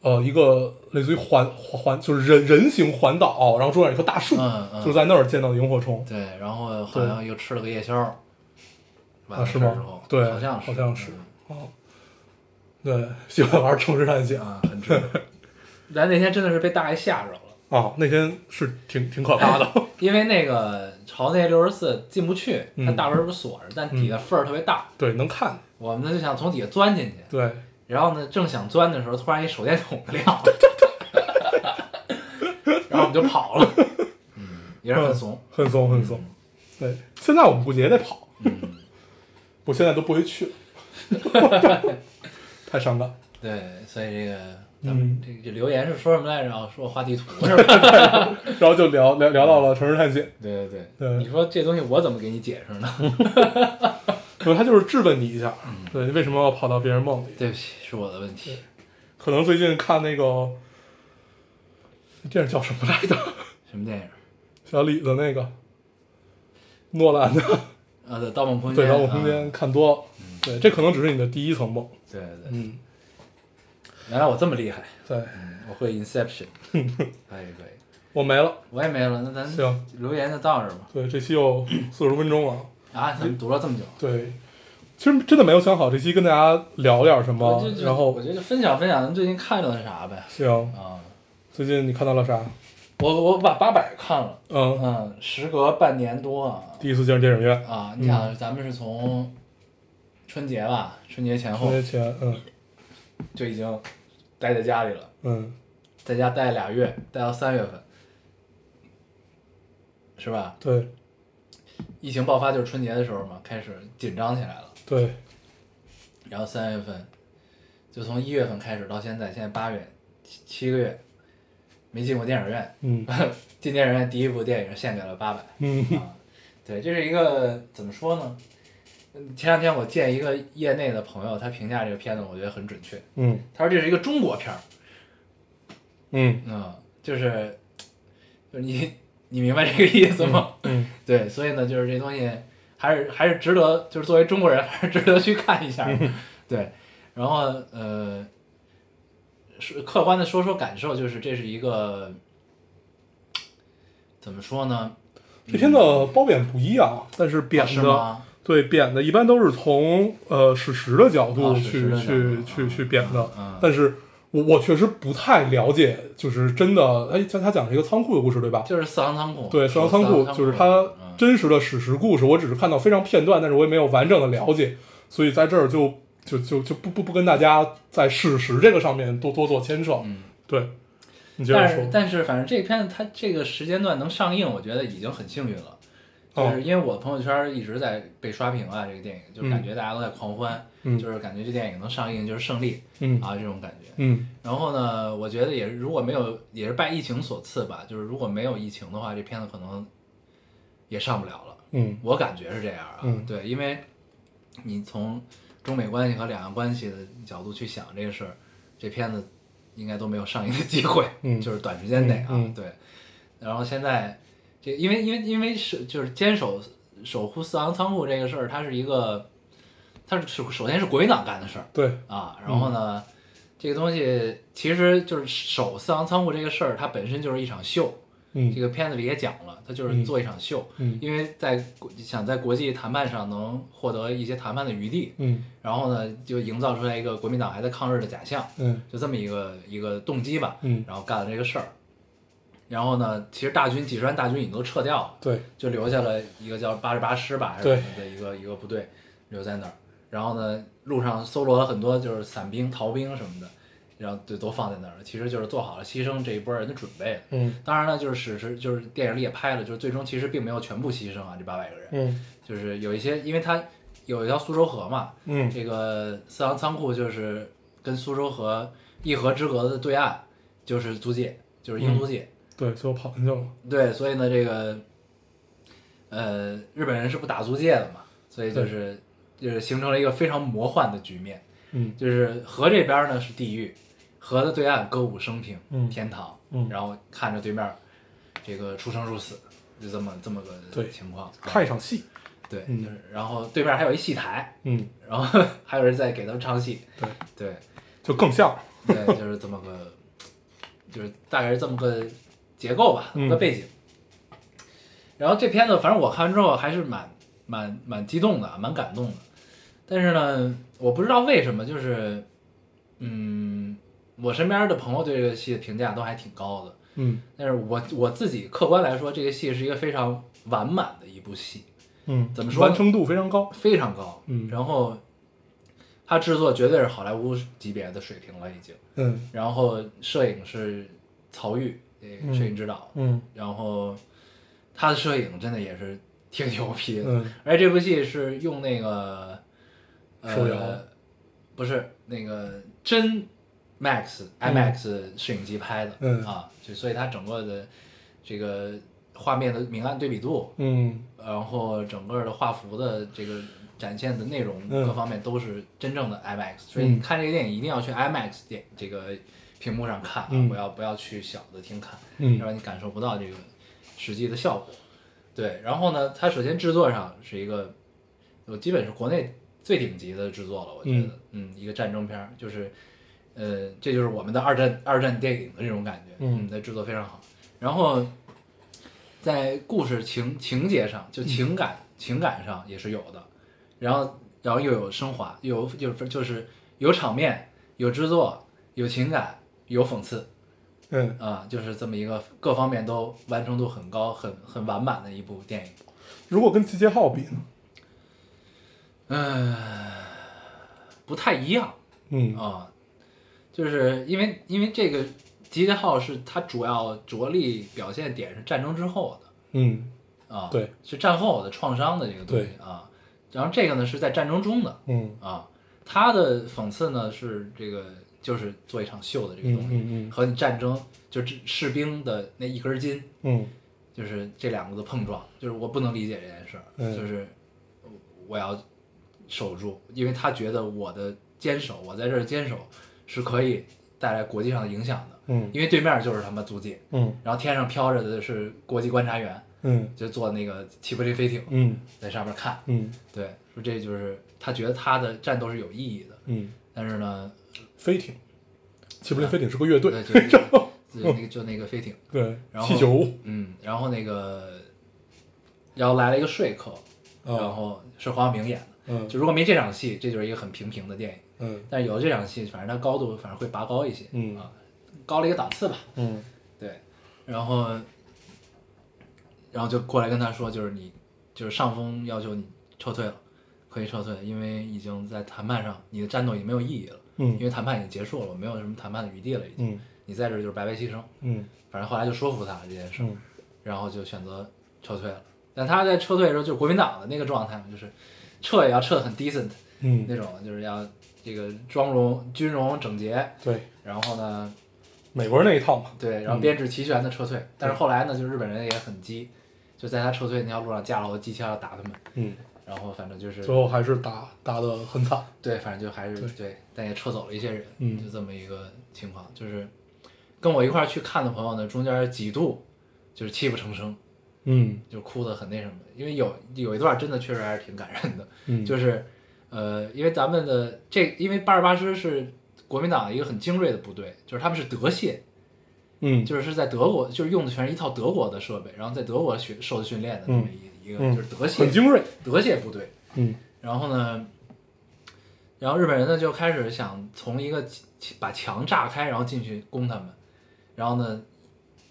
B: 呃，一个类似于环环就是人人形环岛，然后中间有一棵大树，
A: 嗯嗯
B: 就是在那儿见到的萤火虫。
A: 对，然后好像又吃了个夜宵，晚
B: 啊，
A: 上之
B: 是吗
A: 后？
B: 对，
A: 好像是，嗯
B: 好像是。哦，对，喜欢玩城市探险
A: 嗯啊，很值得。咱那天真的是被大爷吓着了。
B: 啊，那天是挺挺可怕的。
A: 因为那个朝那六十四进不去，它
B: 嗯
A: 大门不是锁着，但底下缝儿特别大，
B: 对，能看。
A: 我们呢就想从底下钻进去，
B: 对，
A: 然后呢，正想钻的时候，突然一手电筒亮了， 然后我们就跑了。嗯，也是很怂。嗯
B: 很怂，很怂。对，现在我们估计也得跑。我现在都不会 去了，太伤感。
A: 对，所以这个咱们
B: 嗯
A: 这这留言是说什么来着？啊说画地 图是吧？
B: 嗯然后就聊聊聊到了城市探险，
A: 对对对，
B: 对
A: 你说这东西我怎么给你解释呢？
B: 对，他就是质问你一下，
A: 嗯
B: 对，你为什么要跑到别人梦里？
A: 对不起，是我的问题。
B: 可能最近看那个电影叫什么来着？
A: 什么电影？
B: 小李子那个，诺兰的。
A: 啊，对，《盗梦空间》
B: 对，
A: 啊。
B: 盗梦空间看多了，对，这可能只是你的第一层梦，
A: 对对对，
B: 嗯，
A: 原来我这么厉害，嗯
B: 对
A: 我会 Inception。可以可以，
B: 我没了，
A: 我也没了，那咱
B: 行
A: 留言就到这儿吧。
B: 对，这期有四十多分钟了，
A: 啊，咱们读了这么久，
B: 对，其实真的没有想好这期跟大家聊点什
A: 我
B: 么
A: 就，就
B: 然
A: 我
B: 后
A: 觉得分享分享咱最近看到的啥呗。
B: 行，
A: 啊，
B: 最近你看到了啥？
A: 我我把八百看了，
B: 嗯，
A: 嗯，时隔半年多啊
B: 第一次进电影院，
A: 啊，你
B: 嗯
A: 想咱们是从春节吧，春节前
B: 春
A: 后
B: 节前，嗯
A: 就已经待在家里了，
B: 嗯，
A: 在家待俩月，待到三月份，是吧？
B: 对
A: 疫情爆发就是春节的时候嘛，开始紧张起来了，
B: 对，
A: 然后三月份就从一月份开始到现在，现在八月七七个月没进过电影院，
B: 嗯
A: 进电影院第一部电影献给了八百。
B: 嗯
A: 啊，对，这是一个怎么说呢？嗯前两天我见一个业内的朋友，他评价这个片子，我觉得很准确。
B: 嗯
A: 他说这是一个中国片儿，
B: 嗯
A: 嗯，就是，就是你你明白这个意思吗？
B: 嗯，
A: 对，所以呢，就是这东西还是还是值得，就是作为中国人还是值得去看一下的。
B: 嗯
A: 对，然后呃，是客观的说说感受，就是这是一个怎么说呢？
B: 这片子褒贬不一啊，但是贬
A: 哦是
B: 的、
A: 吗
B: 对贬的，一般都是从呃史实的角度
A: 哦史
B: 去、
A: 实的角
B: 去
A: 度
B: 去
A: 嗯
B: 去贬的，
A: 嗯嗯
B: 但是我我确实不太了解，就是真的，哎，他他讲了一个仓库的故事对吧？
A: 就是四行仓库，嗯
B: 对，四
A: 四
B: 行仓库就是它真实的史实故事，我只是看到非常片段，但是我也没有完整的了解，所以在这儿就就就就不不不跟大家在史实这个上面多多做牵扯。
A: 嗯，
B: 对，你接着
A: 但是
B: 说，
A: 但是反正这片子它这个时间段能上映，我觉得已经很幸运了。就
B: 哦
A: 是因为我朋友圈一直在被刷屏啊，这个电影就
B: 嗯
A: 感觉大家都在狂欢，
B: 嗯
A: 就是感觉这电影能上映就是胜利、
B: 嗯
A: 啊这种感觉。
B: 嗯
A: 然后呢，我觉得也是如果没有也是拜疫情所赐吧，就是如果没有疫情的话，这片子可能也上不了了。
B: 嗯
A: 我感觉是这样啊，
B: 嗯
A: 对，因为你从中美关系和两岸关系的角度去想这个事儿，这片子应该都没有上映的机会，
B: 嗯
A: 就是短时间内啊，
B: 嗯嗯
A: 对。然后现在这因为因为因为是就是坚守守护四行仓库这个事儿，它是一个，它是首首先是国民党干的事儿
B: 对，
A: 啊，然后呢，
B: 嗯
A: 这个东西其实就是守四行仓库这个事儿，它本身就是一场秀，
B: 嗯
A: 这个片子里也讲了，他就是做一场秀，
B: 嗯
A: 因为在国想在国际谈判上能获得一些谈判的余地，
B: 嗯
A: 然后呢，就营造出来一个国民党还在抗日的假象，
B: 嗯
A: 就这么一个一个动机吧，
B: 嗯，
A: 然后干了这个事儿，然后呢，其实大军几十万大军已经都撤掉了，
B: 对，
A: 就留下了一个叫八十八师吧，还是
B: 对
A: 什么的一个一个部队留在那儿。然后呢，路上搜罗了很多就是散兵、逃兵什么的，然后就都放在那儿了。其实就是做好了牺牲这一波人的准备了。
B: 嗯
A: 当然了，就是史实，就是电影里也拍了，就是最终其实并没有全部牺牲啊，这八百个人，
B: 嗯
A: 就是有一些，因为它有一条苏州河嘛，
B: 嗯
A: 这个四行仓库就是跟苏州河一河之隔的对岸，就是租界，就是英租界，
B: 对，最后跑进去了，
A: 对，所以呢，这个呃，日本人是不打租界的嘛，所以就是就是形成了一个非常魔幻的局面，
B: 嗯
A: 就是河这边呢是地狱，河的对岸歌舞升平，
B: 嗯
A: 天堂，
B: 嗯
A: 然后看着对面这个出生入死，就这么这么个
B: 对
A: 情况，啊
B: 看一场戏，
A: 对，
B: 嗯
A: 就是然后对面还有一戏台，
B: 嗯，
A: 然后 还有人在给他们唱戏，
B: 对，
A: 对
B: 就更像，
A: 对，就是这么个，就是大概是这么个结构吧，这么个
B: 嗯
A: 背景。然后这片子，反正我看完之后还是蛮蛮蛮激动的，蛮感动的。但是呢，我不知道为什么，就是，嗯，我身边的朋友对这个戏的评价都还挺高的，
B: 嗯
A: 但是我我自己客观来说，这个戏是一个非常完满的一部戏，
B: 嗯，
A: 怎么说呢
B: 完成度非常高，
A: 非常高。
B: 嗯
A: 然后，它制作绝对是好莱坞级别的水平了，已经。
B: 嗯
A: 然后摄影是曹郁，呃，
B: 嗯
A: 摄影指导，
B: 嗯
A: 然后他的摄影真的也是挺牛逼的，
B: 嗯
A: 而且这部戏是用那个呃
B: 手摇
A: 不是那个真 Max IMAX 摄影机拍的，
B: 嗯
A: 啊，就所以它整个的这个画面的明暗对比度，
B: 嗯
A: 呃然后整个的画幅的这个。展现的内容
B: 嗯
A: 各方面都是真正的 IMAX，、所以你看这个电影一定要去 IMAX 电这个屏幕上看啊，
B: 嗯
A: 不要不要去小的厅看，要
B: 嗯
A: 让你感受不到这个实际的效果。对，然后呢，它首先制作上是一个，我基本是国内最顶级的制作了，我觉得，嗯一个战争片儿，就是，呃，这就是我们的二战二战电影的这种感觉，
B: 嗯
A: 它制作非常好。然后在故事情情节上，就
B: 嗯
A: 情感、情感上也是有的，然后然后又有升华，又有就是就是有场面，有制作，有情感，有讽刺，
B: 嗯，
A: 啊，就是这么一个各方面都完成度很高、很很完满的一部电影。
B: 如果跟集结号比呢？
A: 嗯、不太一样
B: 嗯
A: 啊，就是因为因为这个《集结号》是它主要着力表现点是战争之后的
B: 嗯
A: 啊，
B: 对，
A: 是战后的创伤的这个东西
B: 对
A: 啊。然后这个呢是在战争中的
B: 嗯
A: 啊，它的讽刺呢是这个就是做一场秀的这个东西，
B: 嗯嗯嗯
A: 和你战争就是士兵的那一根筋。
B: 嗯
A: 就是这两个的碰撞，就是我不能理解这件事儿，
B: 嗯
A: 就是我要守住，因为他觉得我的坚守，我在这儿坚守是可以带来国际上的影响的，
B: 嗯
A: 因为对面就是他妈租界，
B: 嗯
A: 然后天上飘着的是国际观察员，
B: 嗯
A: 就坐那个齐柏林飞艇
B: 嗯
A: 在上面看，
B: 嗯
A: 对，说这就是他觉得他的战斗是有意义的，
B: 嗯，
A: 但是呢，
B: 飞艇，齐柏林飞艇是个乐队，
A: 就 就就那个就那个飞艇，
B: 对
A: 然，后
B: 气球，
A: 嗯，然后那个然后来了一个说客，
B: 哦
A: 然后是黄晓明演的。
B: 嗯
A: 就如果没这场戏，这就是一个很平平的电影。
B: 嗯
A: 但是有这场戏，反正它高度反正会拔高一些，
B: 嗯
A: 啊，高了一个档次吧。
B: 嗯
A: 对，然后，然后就过来跟他说，就是你，就是上峰要求你撤退了，可以撤退，因为已经在谈判上，你的战斗已经没有意义了，因
B: 嗯
A: 为谈判已经结束了，我没有什么谈判的余地了，已经，
B: 嗯
A: 你在这儿就是白白牺牲。
B: 嗯
A: 反正后来就说服他这件事儿，
B: 嗯
A: 然后就选择撤退了。但他在撤退的时候，就是国民党的那个状态嘛，就是撤也要撤得很 decent 那
B: 嗯，
A: 种，就是要这个庄容、军容整洁，
B: 对，
A: 然后呢，
B: 美国人那一套嘛，
A: 对，然后编制齐全的撤退。但是后来呢，就日本人也很机，就在他撤退那条路上架了好多机枪要打他们，
B: 嗯，
A: 然后反正就是
B: 最后还是打打的很惨，
A: 对，反正就还是
B: 对
A: 但也撤走了一些人，
B: 嗯
A: 就这么一个情况。就是跟我一块儿去看的朋友呢，中间几度就是泣不成声，
B: 嗯
A: 就哭得很那什么，因为有有一段真的确实还是挺感人的，
B: 嗯，
A: 就是呃，因为咱们的这，因为八十八师是国民党一个很精锐的部队，就是他们是德械，
B: 嗯
A: 就是是在德国，就是用的全是一套德国的设备，然后在德国学受的训练的那么一一个，
B: 嗯
A: 就是德
B: 很
A: 械
B: 精锐，
A: 德械部队。
B: 嗯
A: 然后呢，然后日本人呢就开始想从一个把墙炸开，然后进去攻他们，然后呢，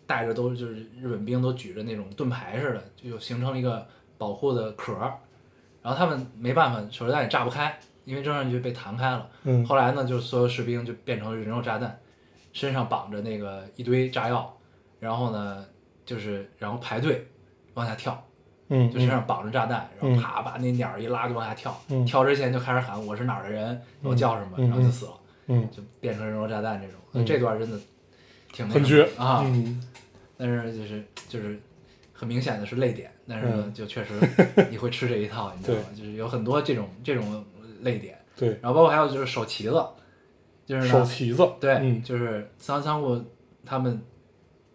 A: 带着都就是日本兵都举着那种盾牌似的，就形成了一个保护的壳儿。然后他们没办法，手榴弹也炸不开，因为扔上去被弹开了。
B: 嗯
A: 后来呢，就是所有士兵就变成人肉炸弹，身上绑着那个一堆炸药，然后呢，就是然后排队往下跳，
B: 嗯，
A: 就身上绑着炸弹，然
B: 嗯
A: 后啪把那鸟一拉就往下跳，
B: 嗯
A: 跳之前就开始喊我是哪儿的人，我叫什么，
B: 嗯
A: 然后就死了，
B: 嗯
A: 就变成人肉炸弹这种。
B: 嗯
A: 这段真的挺那
B: 很
A: 什么
B: 绝
A: 啊，
B: 嗯
A: 但是就是就是很明显的是泪点，但是呢，
B: 嗯
A: 就确 实你会吃这一套，你知道吗？就是有很多这种这种泪点，
B: 对，
A: 然后包括还有就是手旗子，就是
B: 手
A: 呢。
B: 旗子，
A: 对，
B: 嗯
A: 就是三仓库他们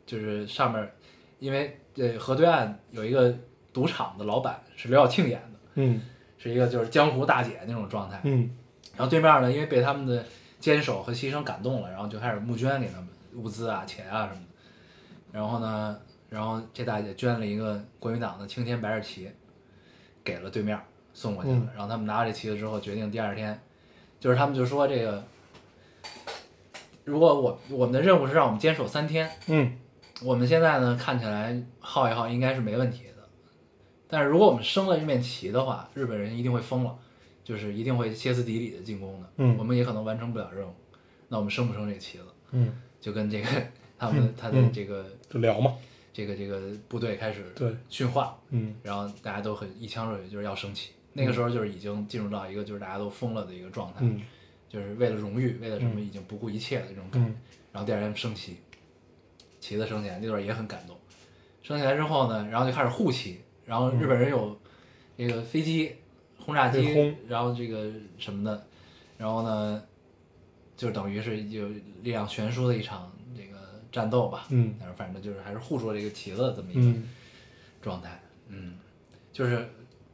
A: 就是上面儿，因为呃河对岸有一个赌场的老板是刘晓庆演的，
B: 嗯
A: 是一个就是江湖大姐那种状态。
B: 嗯
A: 然后对面呢，因为被他们的坚守和牺牲感动了，然后就开始募捐给他们物资啊、钱啊什么的。然后呢，然后这大姐捐了一个国民党的青天白日旗，给了对面送过去了。
B: 嗯
A: 然后他们拿着这旗子之后，决定第二天，就是他们就说这个，如果我我们的任务是让我们坚守三天，
B: 嗯
A: 我们现在呢看起来耗一耗应该是没问题的，但是如果我们升了这面旗的话，日本人一定会疯了，就是一定会歇斯底里的进攻的，
B: 嗯
A: 我们也可能完成不了任务。那我们升不升这旗子，
B: 嗯，
A: 就跟这个他们他的这个、
B: 就聊嘛，
A: 这个这个部队开始
B: 嗯对
A: 训话，
B: 嗯
A: 然后大家都很一腔热血，就是要升旗。那个时候就是已经进入到一个就是大家都疯了的一个状态，
B: 嗯
A: 就是为了荣誉，为了什么
B: 嗯
A: 已经不顾一切的这种感觉。
B: 嗯
A: 然后第二天升旗，旗子升起来那段也很感动。升起来之后呢，然后就开始护旗，然后日本人有这个飞机、轰炸
B: 可以
A: 机
B: 轰，
A: 然后这个什么的，然后呢，就等于是有力量悬殊的一场这个战斗吧。
B: 嗯
A: 但是反正就是还是护住这个旗子的这么一个
B: 嗯
A: 状态，嗯，就是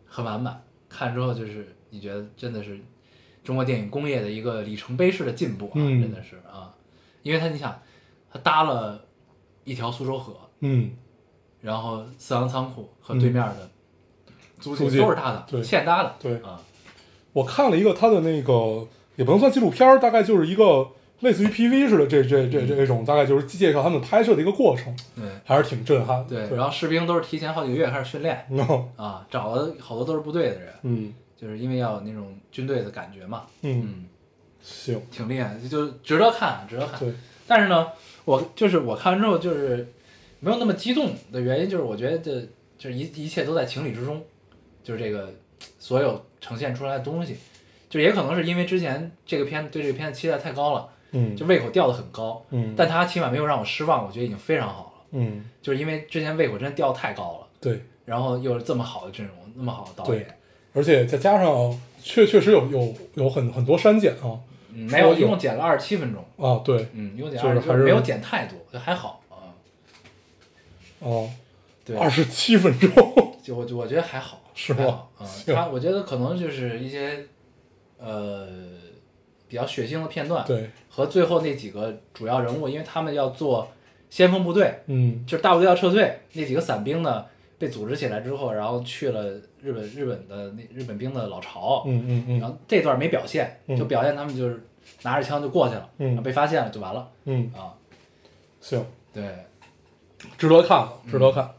A: 很完满。看之后就是你觉得真的是中国电影工业的一个里程碑式的进步啊，
B: 嗯
A: 真的是啊，因为他你想，他搭了一条苏州河，
B: 嗯，
A: 然后四行仓库和对面的租界
B: 租界
A: 都是他的，
B: 对
A: 现搭的，
B: 对
A: 啊，
B: 我看了一个他的那个，也不能算纪录片儿，大概就是一个类似于 PV 似的这这
A: 嗯
B: 这这种，大概就是介绍他们拍摄的一个过程，
A: 对
B: 还是挺震撼的。
A: 对，
B: 对，
A: 然后士兵都是提前好几个月开始训练
B: 后
A: 啊，找了好多都是部队的人，
B: 嗯
A: 就是因为要有那种军队的感觉嘛，
B: 嗯，
A: 嗯，
B: 行，
A: 挺厉害，就值得看，值得看。
B: 对，
A: 但是呢，我就是我看完之后就是没有那么激动的原因，就是我觉得这就是一一切都在情理之中，就是这个所有呈现出来的东西，就也可能是因为之前这个片对这个片子期待太高了，
B: 嗯
A: 就胃口吊得很高，
B: 嗯，
A: 但它起码没有让我失望，我觉得已经非常好了，
B: 嗯
A: 就是因为之前胃口真的吊太高了，
B: 对，
A: 然后又是这么好的阵容，那么好的导演，
B: 而且再加上确确实有有有很很多删减啊
A: 嗯没有
B: 说有
A: 一共剪了二十七分钟，
B: 啊，对
A: 嗯，一共剪
B: 就
A: 二
B: 是
A: 十
B: 还是
A: 没有剪太多，就还好啊，
B: 哦，
A: 对，
B: 二十七分钟，
A: 就我我觉得还好，
B: 是
A: 还
B: 吗
A: 好啊、
B: 行
A: 他我觉得可能就是一些呃比较血腥的片段，，
B: 对，
A: 和最后那几个主要人物，因为他们要做先锋部队，
B: 嗯
A: 就是大部队要撤退，那几个伞兵呢被组织起来之后，然后去了日本日本的那日本兵的老巢，
B: 嗯嗯
A: 然
B: 嗯
A: 后这段没表现，
B: 嗯
A: 就表现他们就是拿着枪就过去了，
B: 嗯
A: 然后被发现了就完了
B: 嗯，
A: 啊。
B: 行，
A: 对
B: 值得看了，值得看，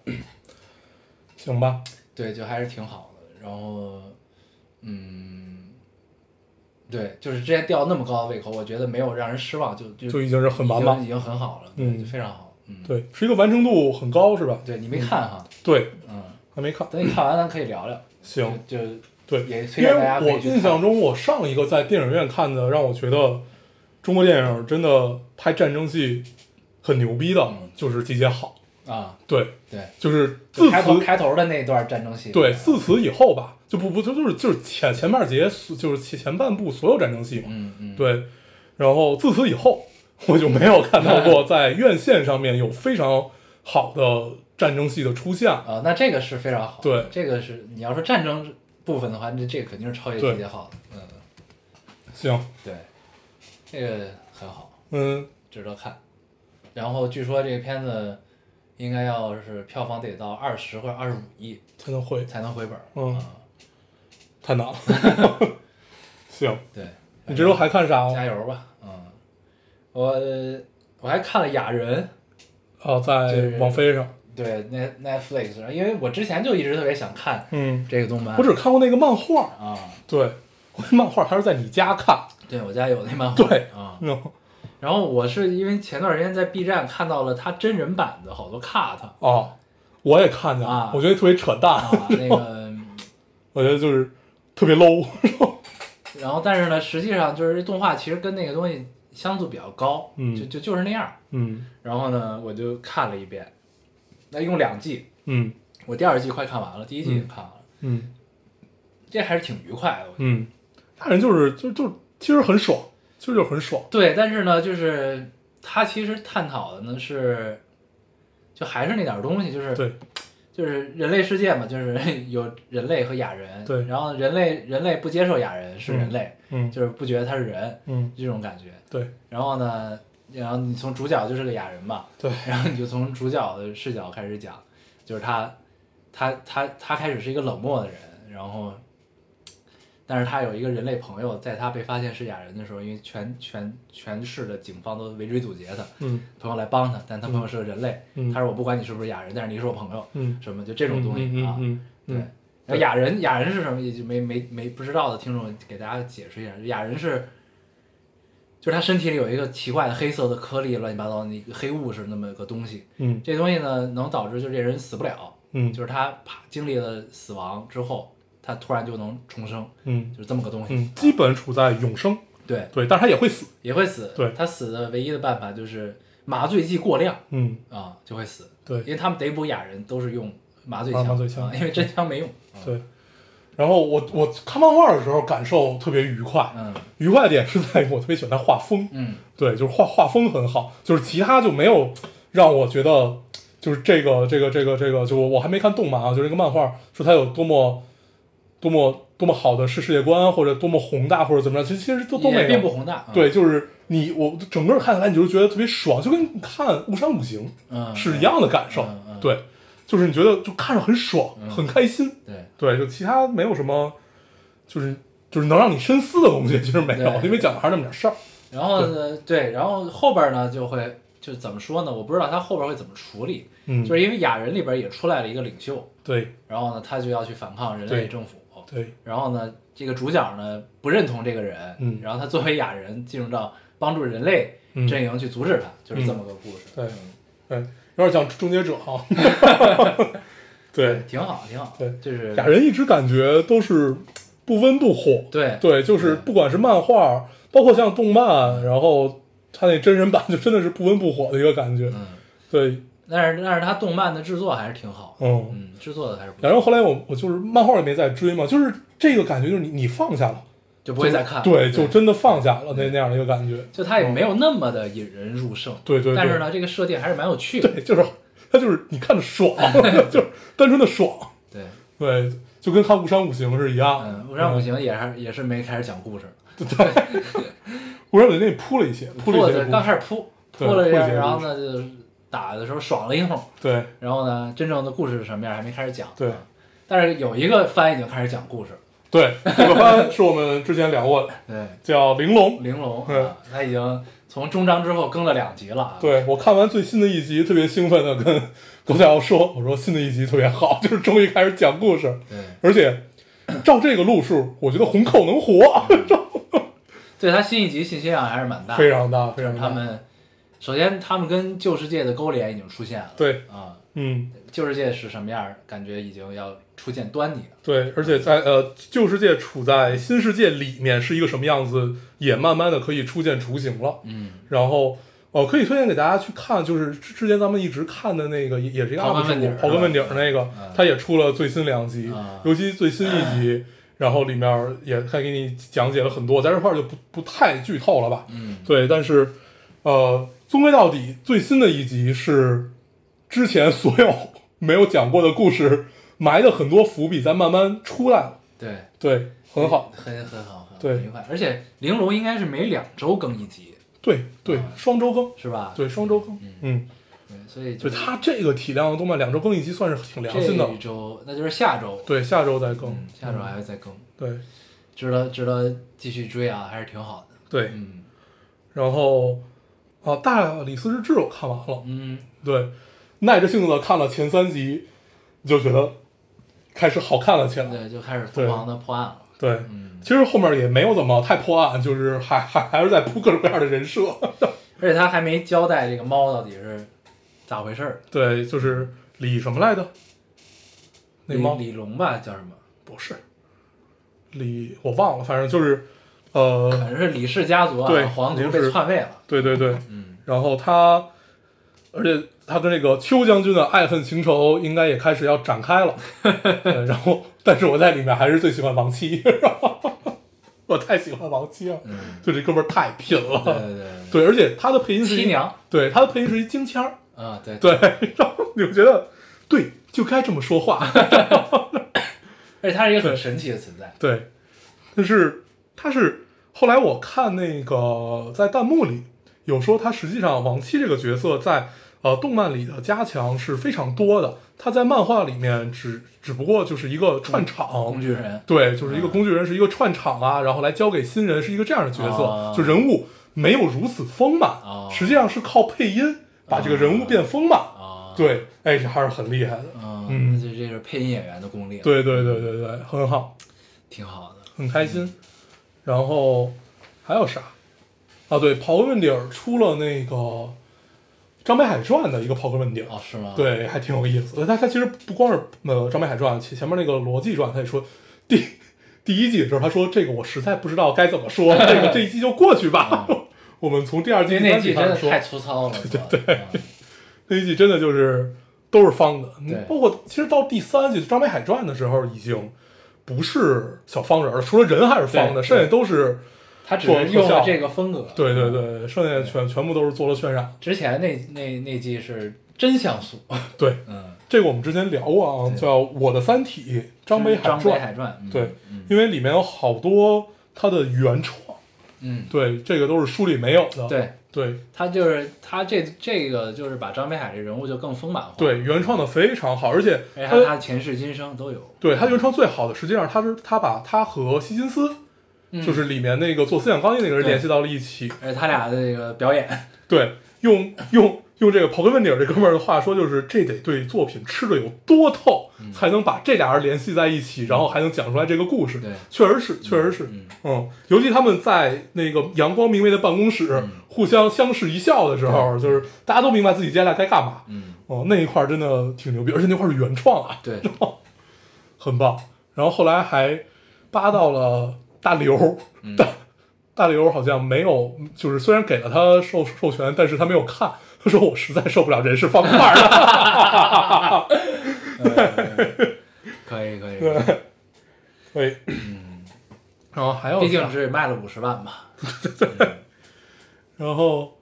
B: 行吧，
A: 对，就还是挺好的。然后，嗯，对，就是之前吊那么高的胃口，我觉得没有让人失望，就就
B: 就已经是很
A: 嗯
B: 完
A: 已经
B: 了，
A: 已经很好了，
B: 嗯
A: 对，就非常好。嗯，
B: 对，是一个完成度很高，是吧？
A: 对你没看哈，
B: 对，
A: 嗯，
B: 还没看，
A: 等你看完咱可以聊聊。
B: 行，
A: 就就
B: 对，
A: 也
B: 因
A: 推荐大家可以
B: 为我
A: 去
B: 印象中，我上一个在电影院看的，让我觉得中国电影真的拍战争戏很牛逼的
A: 嗯，
B: 就是《集结号》。
A: 啊，
B: 对，
A: 对，
B: 就是
A: 就
B: 自
A: 开头
B: 此
A: 开头的那段战争戏，啊
B: 对自此以后吧，就不不就就是就是前前半节就是前前半部所有战争戏嘛。
A: 嗯嗯，
B: 对，然后自此以后，我就没有看到过在院线上面有非常好的战争戏的出现。
A: 啊，那这个是非常好，
B: 对
A: 这个是你要说战争部分的话，那这个肯定是超越
B: 对
A: 集结号的，嗯，
B: 行，
A: 对，这个很好，
B: 嗯，
A: 值得看。然后据说这个片子应该要是票房得到二十或者二十五亿
B: 才能会，
A: 才能回本儿，
B: 嗯
A: 啊
B: 太难了。 行，
A: 对，
B: 你这周还看啥？
A: 加油吧，嗯，我我还看了《雅人》，
B: 啊，
A: 就是
B: 在网飞上，
A: 对，Net Netflix，上因为我之前就一直特别想看
B: 嗯，
A: 这个动漫，
B: 我只看过那个漫画，
A: 啊，
B: 对，我漫画还是在你家看，
A: 对我家有那漫画，
B: 对
A: 啊，
B: 嗯，
A: 然后我是因为前段时间在 B 站看到了他真人版的好多 cut 啊，
B: 哦，我也看见了
A: 啊，
B: 我觉得特别扯淡，
A: 那个，
B: 我觉得就是特别 low，
A: 然后但是呢，实际上就是这动画其实跟那个东西相度比较高，
B: 嗯
A: 就就就是那样。
B: 嗯
A: 然后呢，我就看了一遍，那一共两季，
B: 嗯
A: 我第二季快看完了，第一季也看完了，
B: 嗯
A: 这还是挺愉快的。我觉得
B: 嗯，大人就是就就其实很爽，其实就很爽，
A: 对，但是呢，就是他其实探讨的呢是，就还是那点儿东西，就是
B: 对，
A: 就是人类世界嘛，就是 有人类和亚人，
B: 对
A: 然后人类人类不接受亚人是人类，
B: 嗯
A: 就是不觉得他是人
B: 嗯，
A: 这种感觉。
B: 对
A: 然后呢，然后你从主角就是个亚人嘛，
B: 对，
A: 然后你就从主角的视角开始讲，就是他，他他他开始是一个冷漠的人，然后，但是他有一个人类朋友，在他被发现是亚人的时候，因为全全全市的警方都围追堵截他，
B: 嗯
A: 朋友来帮他，但他朋友是个人类，
B: 嗯
A: 他说我不管你是不是亚人，但是你是我朋友，
B: 嗯，
A: 什么就这种东西、
B: 嗯
A: 啊，
B: 嗯
A: 对。
B: 嗯
A: 然后亚人亚人是什么？也就没没没不知道的听众给大家解释一下，亚人是，就是他身体里有一个奇怪的黑色的颗粒，乱七八糟的那个黑雾是那么个东西。
B: 嗯
A: 这东西呢，能导致就是这人死不了，
B: 嗯
A: 就是他啪经历了死亡之后，他突然就能重生，
B: 嗯
A: 就是这么个东西。
B: 嗯，基本处在永生，
A: 对，
B: 对，但是他也会死，
A: 也会死。
B: 对
A: 他死的唯一的办法就是麻醉剂过量
B: 嗯，
A: 啊，就会死。
B: 对
A: 因为他们逮捕亚人都是用麻醉
B: 啊
A: 枪，
B: 麻醉枪
A: 啊因为真枪没用。啊
B: 对。然后我我看漫画的时候感受特别愉快，
A: 嗯
B: 愉快的点是在于我特别喜欢他画风，
A: 嗯
B: 对，就是画画风很好，就是其他就没有让我觉得就是这个这个这个这个，就我我还没看动漫啊，就是这个漫画说它有多么多么多么好的世世界观，或者多么宏大或者怎么样，其实其实都都没
A: 也
B: 有，
A: 并不宏大。啊，
B: 对，就是你我整个看下来，你就觉得特别爽，就跟看《误伤五行
A: 嗯，》
B: 是一样的感受，
A: 嗯嗯
B: 对，就是你觉得就看着很爽，很开心，
A: 对，
B: 对，就其他没有什么，就是就是能让你深思的东西，其实没有，
A: 对
B: 因为讲的还是那么点事儿。
A: 然后呢，对，然后后边呢就会就怎么说呢？我不知道他后边会怎么处理，
B: 嗯，
A: 就是因为雅人里边也出来了一个领袖，
B: 对
A: 然后呢他就要去反抗人类
B: 对
A: 政府，
B: 对，
A: 然后呢这个主角呢不认同这个人，
B: 嗯
A: 然后他作为雅人进入到帮助人类
B: 嗯
A: 阵营去阻止他，就是这么个故事，
B: 对
A: 嗯
B: 对，有点像终结 者哈。对，
A: 挺好，挺好，
B: 对
A: 就是
B: 俩人一直感觉都是不温不火。
A: 对
B: 对，就是不管是漫画，包括像动漫，然后他那真人版就真的是不温不火的一个感觉。
A: 嗯，
B: 对，
A: 但是但是他动漫的制作还是挺好的，
B: 嗯。
A: 嗯，制作的还是不错
B: 然后后来我我就是漫画也没再追嘛，就是这个感觉，就是你你放下了，
A: 就不会再看了，
B: 对，就真的放下了那那样的一个感觉。
A: 就他也没有那么的引人入胜，
B: 对对对
A: 但是呢，这个设定还是蛮有趣的，
B: 对，就是他就是你看 着爽，就是单纯的爽，
A: 对，
B: 对，就跟看《误伤五行》是一样的。
A: 嗯，无山五行也还也是没开始讲故事，
B: 《误伤五行》给你铺了一些，铺了一
A: 了
B: 些
A: 对
B: 故
A: 刚
B: 事，
A: 开始铺
B: 对
A: 铺了一
B: 铺了一
A: 下，
B: 些
A: 然后
B: 故
A: 呢就是打的时候爽了一通。
B: 对
A: 然后呢，真正的故事是什么样还没开始讲。啊
B: 对
A: 但是有一个番已经开始讲故事了，
B: 对，这个番是我们之前聊过的，
A: 对，
B: 叫《玲珑》。
A: 玲珑
B: 对
A: 啊，他已经从中章之后更了两集了啊。
B: 嗯对我看完最新的一集，特别兴奋的跟狗仔要说，我说新的一集特别好， 就是终于开始讲故事，
A: 对，
B: 而且照这个路数，我觉得红扣能 活，
A: 对他新一集信息量还是蛮大的。
B: 非常大，非常
A: 让
B: 大。
A: 他们，首先他们跟旧世界的勾连已经出现了。
B: 对，
A: 啊，
B: 嗯，
A: 旧世界是什么样儿，感觉已经要出现端倪了。
B: 对，而且在呃旧世界处在新世界里面是一个什么样子，也慢慢的可以初见雏形了。
A: 嗯，
B: 然后呃，可以推荐给大家去看，就是之之前咱们一直看的那个，也也是一个
A: 刨根问
B: UP
A: 底儿
B: 主刨根问底儿那个
A: 嗯，
B: 他也出了最新两集
A: 啊，
B: 尤其最新一集，然后里面也还给你讲解了很多，在这块儿就不不太剧透了吧。
A: 嗯，
B: 对，但是呃，终归到底，最新的一集是之前所有没有讲过的故事埋的很多伏笔，在慢慢出来了。
A: 对，
B: 对，很好。
A: 很很好，很
B: 对
A: 明白。而且玲珑应该是每两周更一集，
B: 对对，
A: 嗯
B: 双周更，
A: 是吧？
B: 对双周更，嗯，
A: 对，所以就
B: 对
A: 是
B: 它这个体量的动漫，两周更一集算是挺良心的
A: 这。一周，那就是下周，
B: 对，下周再更
A: 嗯，，下周还会再更，
B: 对
A: 值得值得继续追啊，还是挺好的。
B: 对，
A: 嗯
B: 然后啊，大理寺日志我看完了，
A: 嗯，
B: 对，耐着性子看了前三集，就觉得开始好看了起来。
A: 对，就开始疯狂的破案了。
B: 对，
A: 嗯，
B: 其实后面也没有怎么太破案，就是还还还是在铺各种各样的人设。
A: 而且他还没交代这个猫到底是咋回事儿。
B: 对，就是李什么来着？那
A: 李
B: 猫
A: 李龙吧，叫什么？
B: 不是李，我忘了，反正就是呃，
A: 反正是李氏家族
B: 对
A: 啊，皇族
B: 李
A: 被
B: 氏
A: 篡位了。
B: 对对对，
A: 嗯，
B: 然后他，而且他跟这个邱将军的爱恨情仇应该也开始要展 开了。对然后，但是我在里面还是最喜欢王七， 然后我太喜欢王七了，
A: 嗯
B: 就这哥们儿太拼
A: 对
B: 了。
A: 对对
B: 对，而且他的配音
A: 对，
B: 是一
A: 七，娘
B: 对他的配音是一京腔儿，
A: 啊，对
B: 对，， 然后你们觉得对就该这么说话，
A: 而且他是一个很神奇的存在。
B: 对，但是他是后来我看那个在弹幕里有说，他实际上王七这个角色在呃动漫里的加强是非常多的，他在漫画里面只只不过就是一个串场
A: 工具人
B: 对，就是一个工具人，是一个串场啊，然后来交给新人，是一个这样的角色，
A: 啊
B: 就人物没有如此丰满，
A: 哦
B: 实际上是靠配音把这个人物变丰满。
A: 啊，，
B: 对，哎，这还是很厉害的。
A: 嗯，
B: 嗯
A: 那就这是配音演员的功力，，
B: 对对对对对，很好。
A: 挺好的。
B: 很开心。然后还有啥？啊，对，刨根问底儿出了那个张北海传的一个刨根问底儿，
A: 哦，是吗？，
B: 对，还挺有意思的。它它其实不光是呃张北海传，前前面那个逻辑传，他也说第第一季的时候，他说这个我实在不知道该怎么说，这个这一季就过去吧。
A: 嗯
B: 我们从第二季、
A: 因
B: 第
A: 为那
B: 三
A: 季
B: 季
A: 真
B: 开
A: 的
B: 始说
A: 太，粗糙了，嗯对对对，
B: 那一季真的就是都是方的嗯
A: 对，
B: 包括其实到第三季《张北海传》的时候，已经不是小方人了，除了人还是方的，
A: 对
B: 剩下都是
A: 他只
B: 做
A: 是用
B: 特
A: 了
B: 效
A: 这个风格。
B: 对对，对，剩下全全部都是做了渲染。
A: 之前那那那季是真像素，
B: 对，
A: 嗯，
B: 这个我们之前聊过啊，
A: 对
B: 叫《我的三体》张北海
A: 张北
B: 传。
A: 海传，嗯
B: 对，
A: 嗯
B: 因为里面有好多它的原创，
A: 嗯，
B: 对，这个都是书里没有的。
A: 对。
B: 对
A: 他就是他这这个就是把张北海这人物就更丰满化，
B: 对，呃原创的非常好，而且
A: 而且他
B: 它
A: 他前世今生都有，
B: 对它原创最好的，实际上它是它把它和希金斯，
A: 嗯
B: 就是里面那个做思想钢印那个人
A: 对
B: 联系到了一起。
A: 而且他俩的这个表演，
B: 对，用用用这个刨根问底儿这哥们儿的话说，就是这得对作品吃的有多透，
A: 嗯
B: 才能把这俩人联系在一起，然后还能讲出来这个故事。
A: 对
B: 确实是，确实是，
A: 嗯
B: 嗯，尤其他们在那个阳光明媚的办公
A: 嗯
B: 室、互相相视一笑的时候，就是大家都明白自己接下来该干嘛。
A: 嗯，
B: 哦、那一块儿真的挺牛逼，而且那块儿是原创啊，
A: 对，
B: 很棒。然后后来还扒到了大刘，
A: 嗯
B: 大大刘好像没有，就是虽然给了他授授权，但是他没有看。他说我实在受不了人事方块了。
A: 可以可以，
B: 对，对，
A: 嗯
B: 然后还有啥，
A: 毕竟是卖了五十万嘛，
B: 然后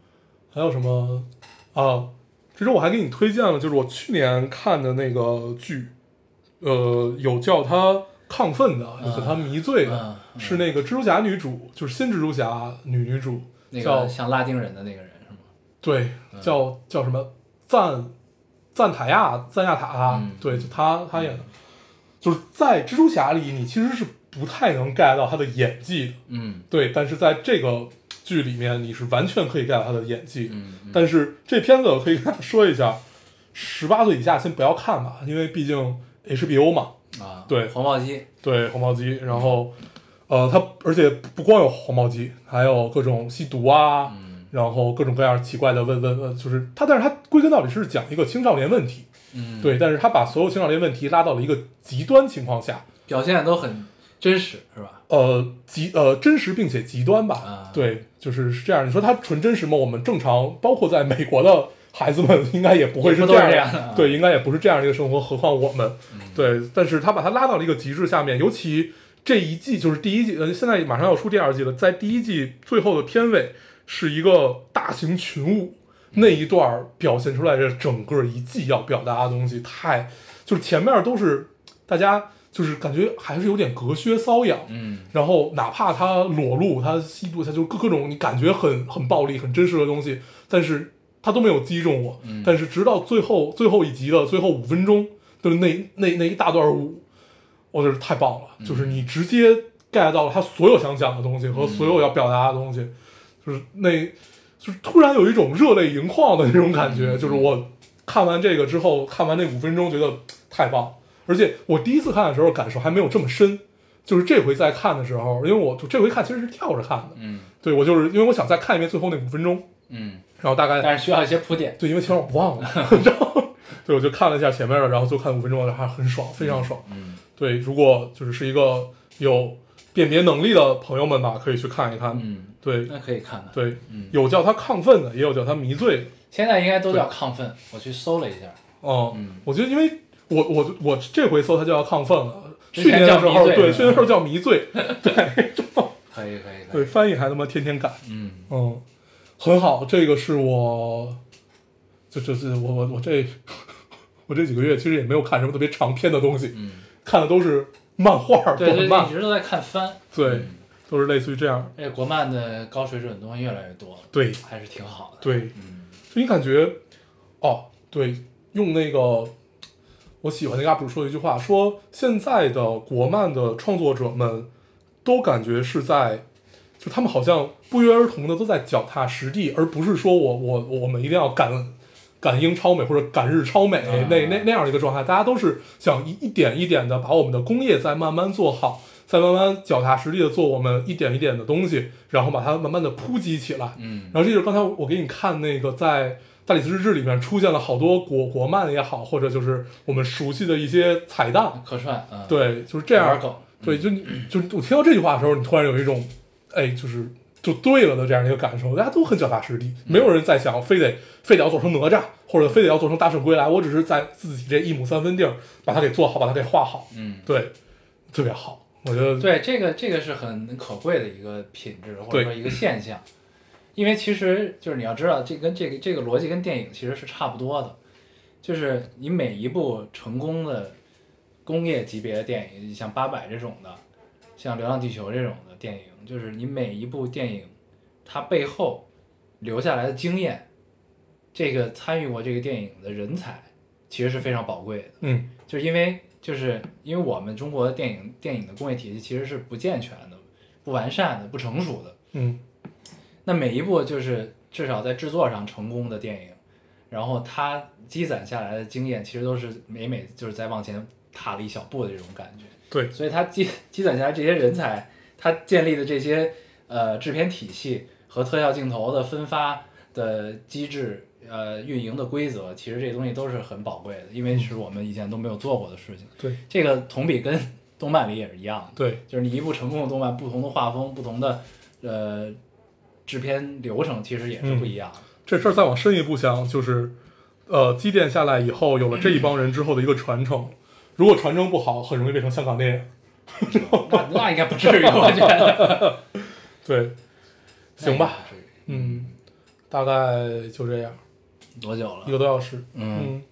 B: 还有什么啊？其实我还给你推荐了，就是我去年看的那个剧，呃，有叫他亢奋的，有叫他迷醉的，
A: 嗯
B: 是那个蜘蛛侠女主，就是新蜘蛛侠女女主，
A: 那
B: 叫
A: 个像拉丁人的那个人是吗？
B: 对，叫叫什么赞赞塔亚赞亚塔，啊
A: 嗯
B: 对，就他他演的，就是在蜘蛛侠里，你其实是不太能 get 到他的演技的，
A: 嗯
B: 对，但是在这个剧里面，你是完全可以 get 到他的演技的。
A: 嗯嗯
B: 但是这片子我可以跟大家说一下，十八岁以下先不要看吧，因为毕竟 HBO 嘛，
A: 啊，
B: 对
A: 黄暴鸡，
B: 对红毛鸡，然后呃，它而且不光有红毛鸡，还有各种吸毒啊，
A: 嗯
B: 然后各种各样奇怪的问问问，就是它，但是它归根到底是讲一个青少年问题，
A: 嗯，，
B: 对，但是它把所有青少年问题拉到了一个极端情况下，
A: 表现的都很真实，是吧？
B: 呃极呃真实并且极端吧，
A: 啊
B: 对，就是是这样。你说它纯真实吗？我们正常，包括在美国的孩子们，应该也不会
A: 也
B: 是
A: 不都
B: 这
A: 是这
B: 样
A: 样的嗯啊
B: 对，应该也不是这样的一个生活，何况我们，对。但是他把它拉到了一个极致下面，尤其这一季就是第一季，呃，现在马上要出第二季了，在第一季最后的片尾是一个大型群舞。
A: 嗯
B: 那一段儿表现出来的整个一季要表达的东西太，就是前面都是大家就是感觉还是有点隔靴搔痒，
A: 嗯
B: 然后哪怕他裸露、他吸毒、他就各各种你感觉很很暴力、很真实的东西，但是他都没有击中我。
A: 嗯
B: 但是直到最后最后一集的最后五分钟，就是那那那一大段舞，我觉得太棒了，就是你直接 get 到了他所有想讲的东西和所有要表达的东西，就是那就是突然有一种热泪盈眶的那种感觉，就是我看完这个之后，看完那五分钟，觉得太棒。而且我第一次看的时候感受还没有这么深，就是这回再看的时候，因为我就这回看其实是跳着看的，
A: 嗯
B: 对我就是因为我想再看一遍最后那五分钟，
A: 嗯，
B: 然后大概
A: 但是需要一些铺垫，
B: 对，因为前面我忘了， 然后对我就看了一下前面的，然后就看五分钟，然后还很爽，非常爽。
A: 嗯
B: 对，如果就是是一个有辨别能力的朋友们吧，可以去看一看。
A: 嗯，
B: 对
A: 那可以看看。
B: 对
A: 嗯，
B: 有叫他亢奋的，也有叫他迷醉的。
A: 现在应该都叫亢奋，我去搜了一下，
B: 哦、
A: 嗯
B: 我觉得因为我我我这回搜他就要亢奋了。
A: 之
B: 去
A: 前
B: 年的
A: 叫
B: 时
A: 迷
B: 候，
A: 醉
B: 对，
A: 嗯
B: 去年的时候叫 迷醉，
A: 可以可以可
B: 对，
A: 以，
B: 翻译还他妈天天改，
A: 嗯
B: 嗯，很好，这个是我，就就就我我我这 我这几个月其实也没有看什么特别长篇的东西，
A: 嗯，
B: 看的都是漫画、
A: 对对
B: 短
A: 对，一
B: 漫，
A: 直都在看番，
B: 对
A: 嗯，
B: 都是类似于这样，
A: 而且国漫的高水准的东西越来越多了，
B: 对
A: 还是挺好的。
B: 对，
A: 嗯
B: 就你感觉，哦，对，用那个我喜欢那个 UP 主说的一句话，说现在的国漫的创作者们都感觉是在，就他们好像不约而同的都在脚踏实地，而不是说我我我们一定要赶赶英超美或者赶日超美、
A: 啊
B: 那那那样的一个状态，大家都是想一一点一点的把我们的工业再慢慢做好。再慢慢脚踏实地的做我们一点一点的东西，然后把它慢慢的铺积起来，
A: 嗯
B: 然后这就是刚才我给你看那个在《大理石之治》里面出现了好多国国漫也好，或者就是我们熟悉的一些彩蛋，
A: 客串啊，嗯，
B: 对，就是这样
A: 玩。狗，
B: 对，就你就我听到这句话的时候，你突然有一种，哎，就是就对了的这样一个感受。大家都很脚踏实地，没有人在想非得非得要做成哪吒，或者非得要做成大圣归来。我只是在自己这一亩三分地儿把它给做好，把它给画好，
A: 嗯，
B: 对，特别好。我觉得，
A: 对，这个这个是很可贵的一个品质，或者
B: 对
A: 说一个现象，因为其实就是你要知道，这跟这个这个逻辑跟电影其实是差不多的，就是你每一部成功的工业级别的电影，像《八佰》这种的，像《流浪地球》这种的电影，就是你每一部电影它背后留下来的经验，这个参与过这个电影的人才，其实是非常宝贵的。
B: 嗯，
A: 就是因为就是因为我们中国的电影电影的工业体系其实是不健全的、不完善的、不成熟的。
B: 嗯，
A: 那每一部就是至少在制作上成功的电影，然后它积攒下来的经验，其实都是每每就是在往前踏了一小步的这种感觉。
B: 对，
A: 所以它积积攒下来这些人才，它建立的这些呃制片体系和特效镜头的分发的机制，呃运营的规则，其实这些东西都是很宝贵的，因为是我们以前都没有做过的事情。
B: 对，
A: 这个同比跟动漫里也是一样的，
B: 对，
A: 就是你一部成功的动漫，不同的画风、不同的呃制片流程，其实也是不一样的。
B: 这事儿再往深一步想，就是，呃，积淀下来以后，有了这一帮人之后的一个传承。如果传承不好，很容易变成香港电影。
A: 那 那应该不至于，我觉得。
B: 对，行吧，
A: 那应该不至于。
B: 嗯，大概就这样，
A: 多久了
B: 一？个多小时。
A: 嗯，
B: 嗯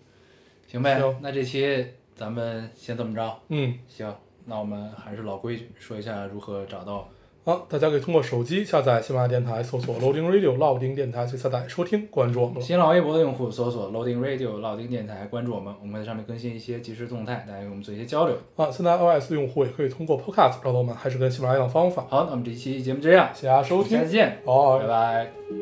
A: 行呗
B: 行。
A: 那这期咱们先这么着。
B: 嗯，
A: 行，那我们还是老规矩，说一下如何找到
B: 啊，大家可以通过手机下载喜马拉雅电台，搜索 Loading Radio 老丁电台去下载收听，关注我们了。
A: 新浪微博的用户搜索 Loading Radio 老丁电台，关注我们，我们会在上面更新一些即时动态，大家跟我们做一些交流。
B: 啊，现在 iOS 用户也可以通过 Podcast 找到我们，还是跟喜马拉雅一样的方法。
A: 好，那我们这期节目就这样，
B: 谢谢大家收听
A: 再，见，
B: 哦
A: 拜。拜。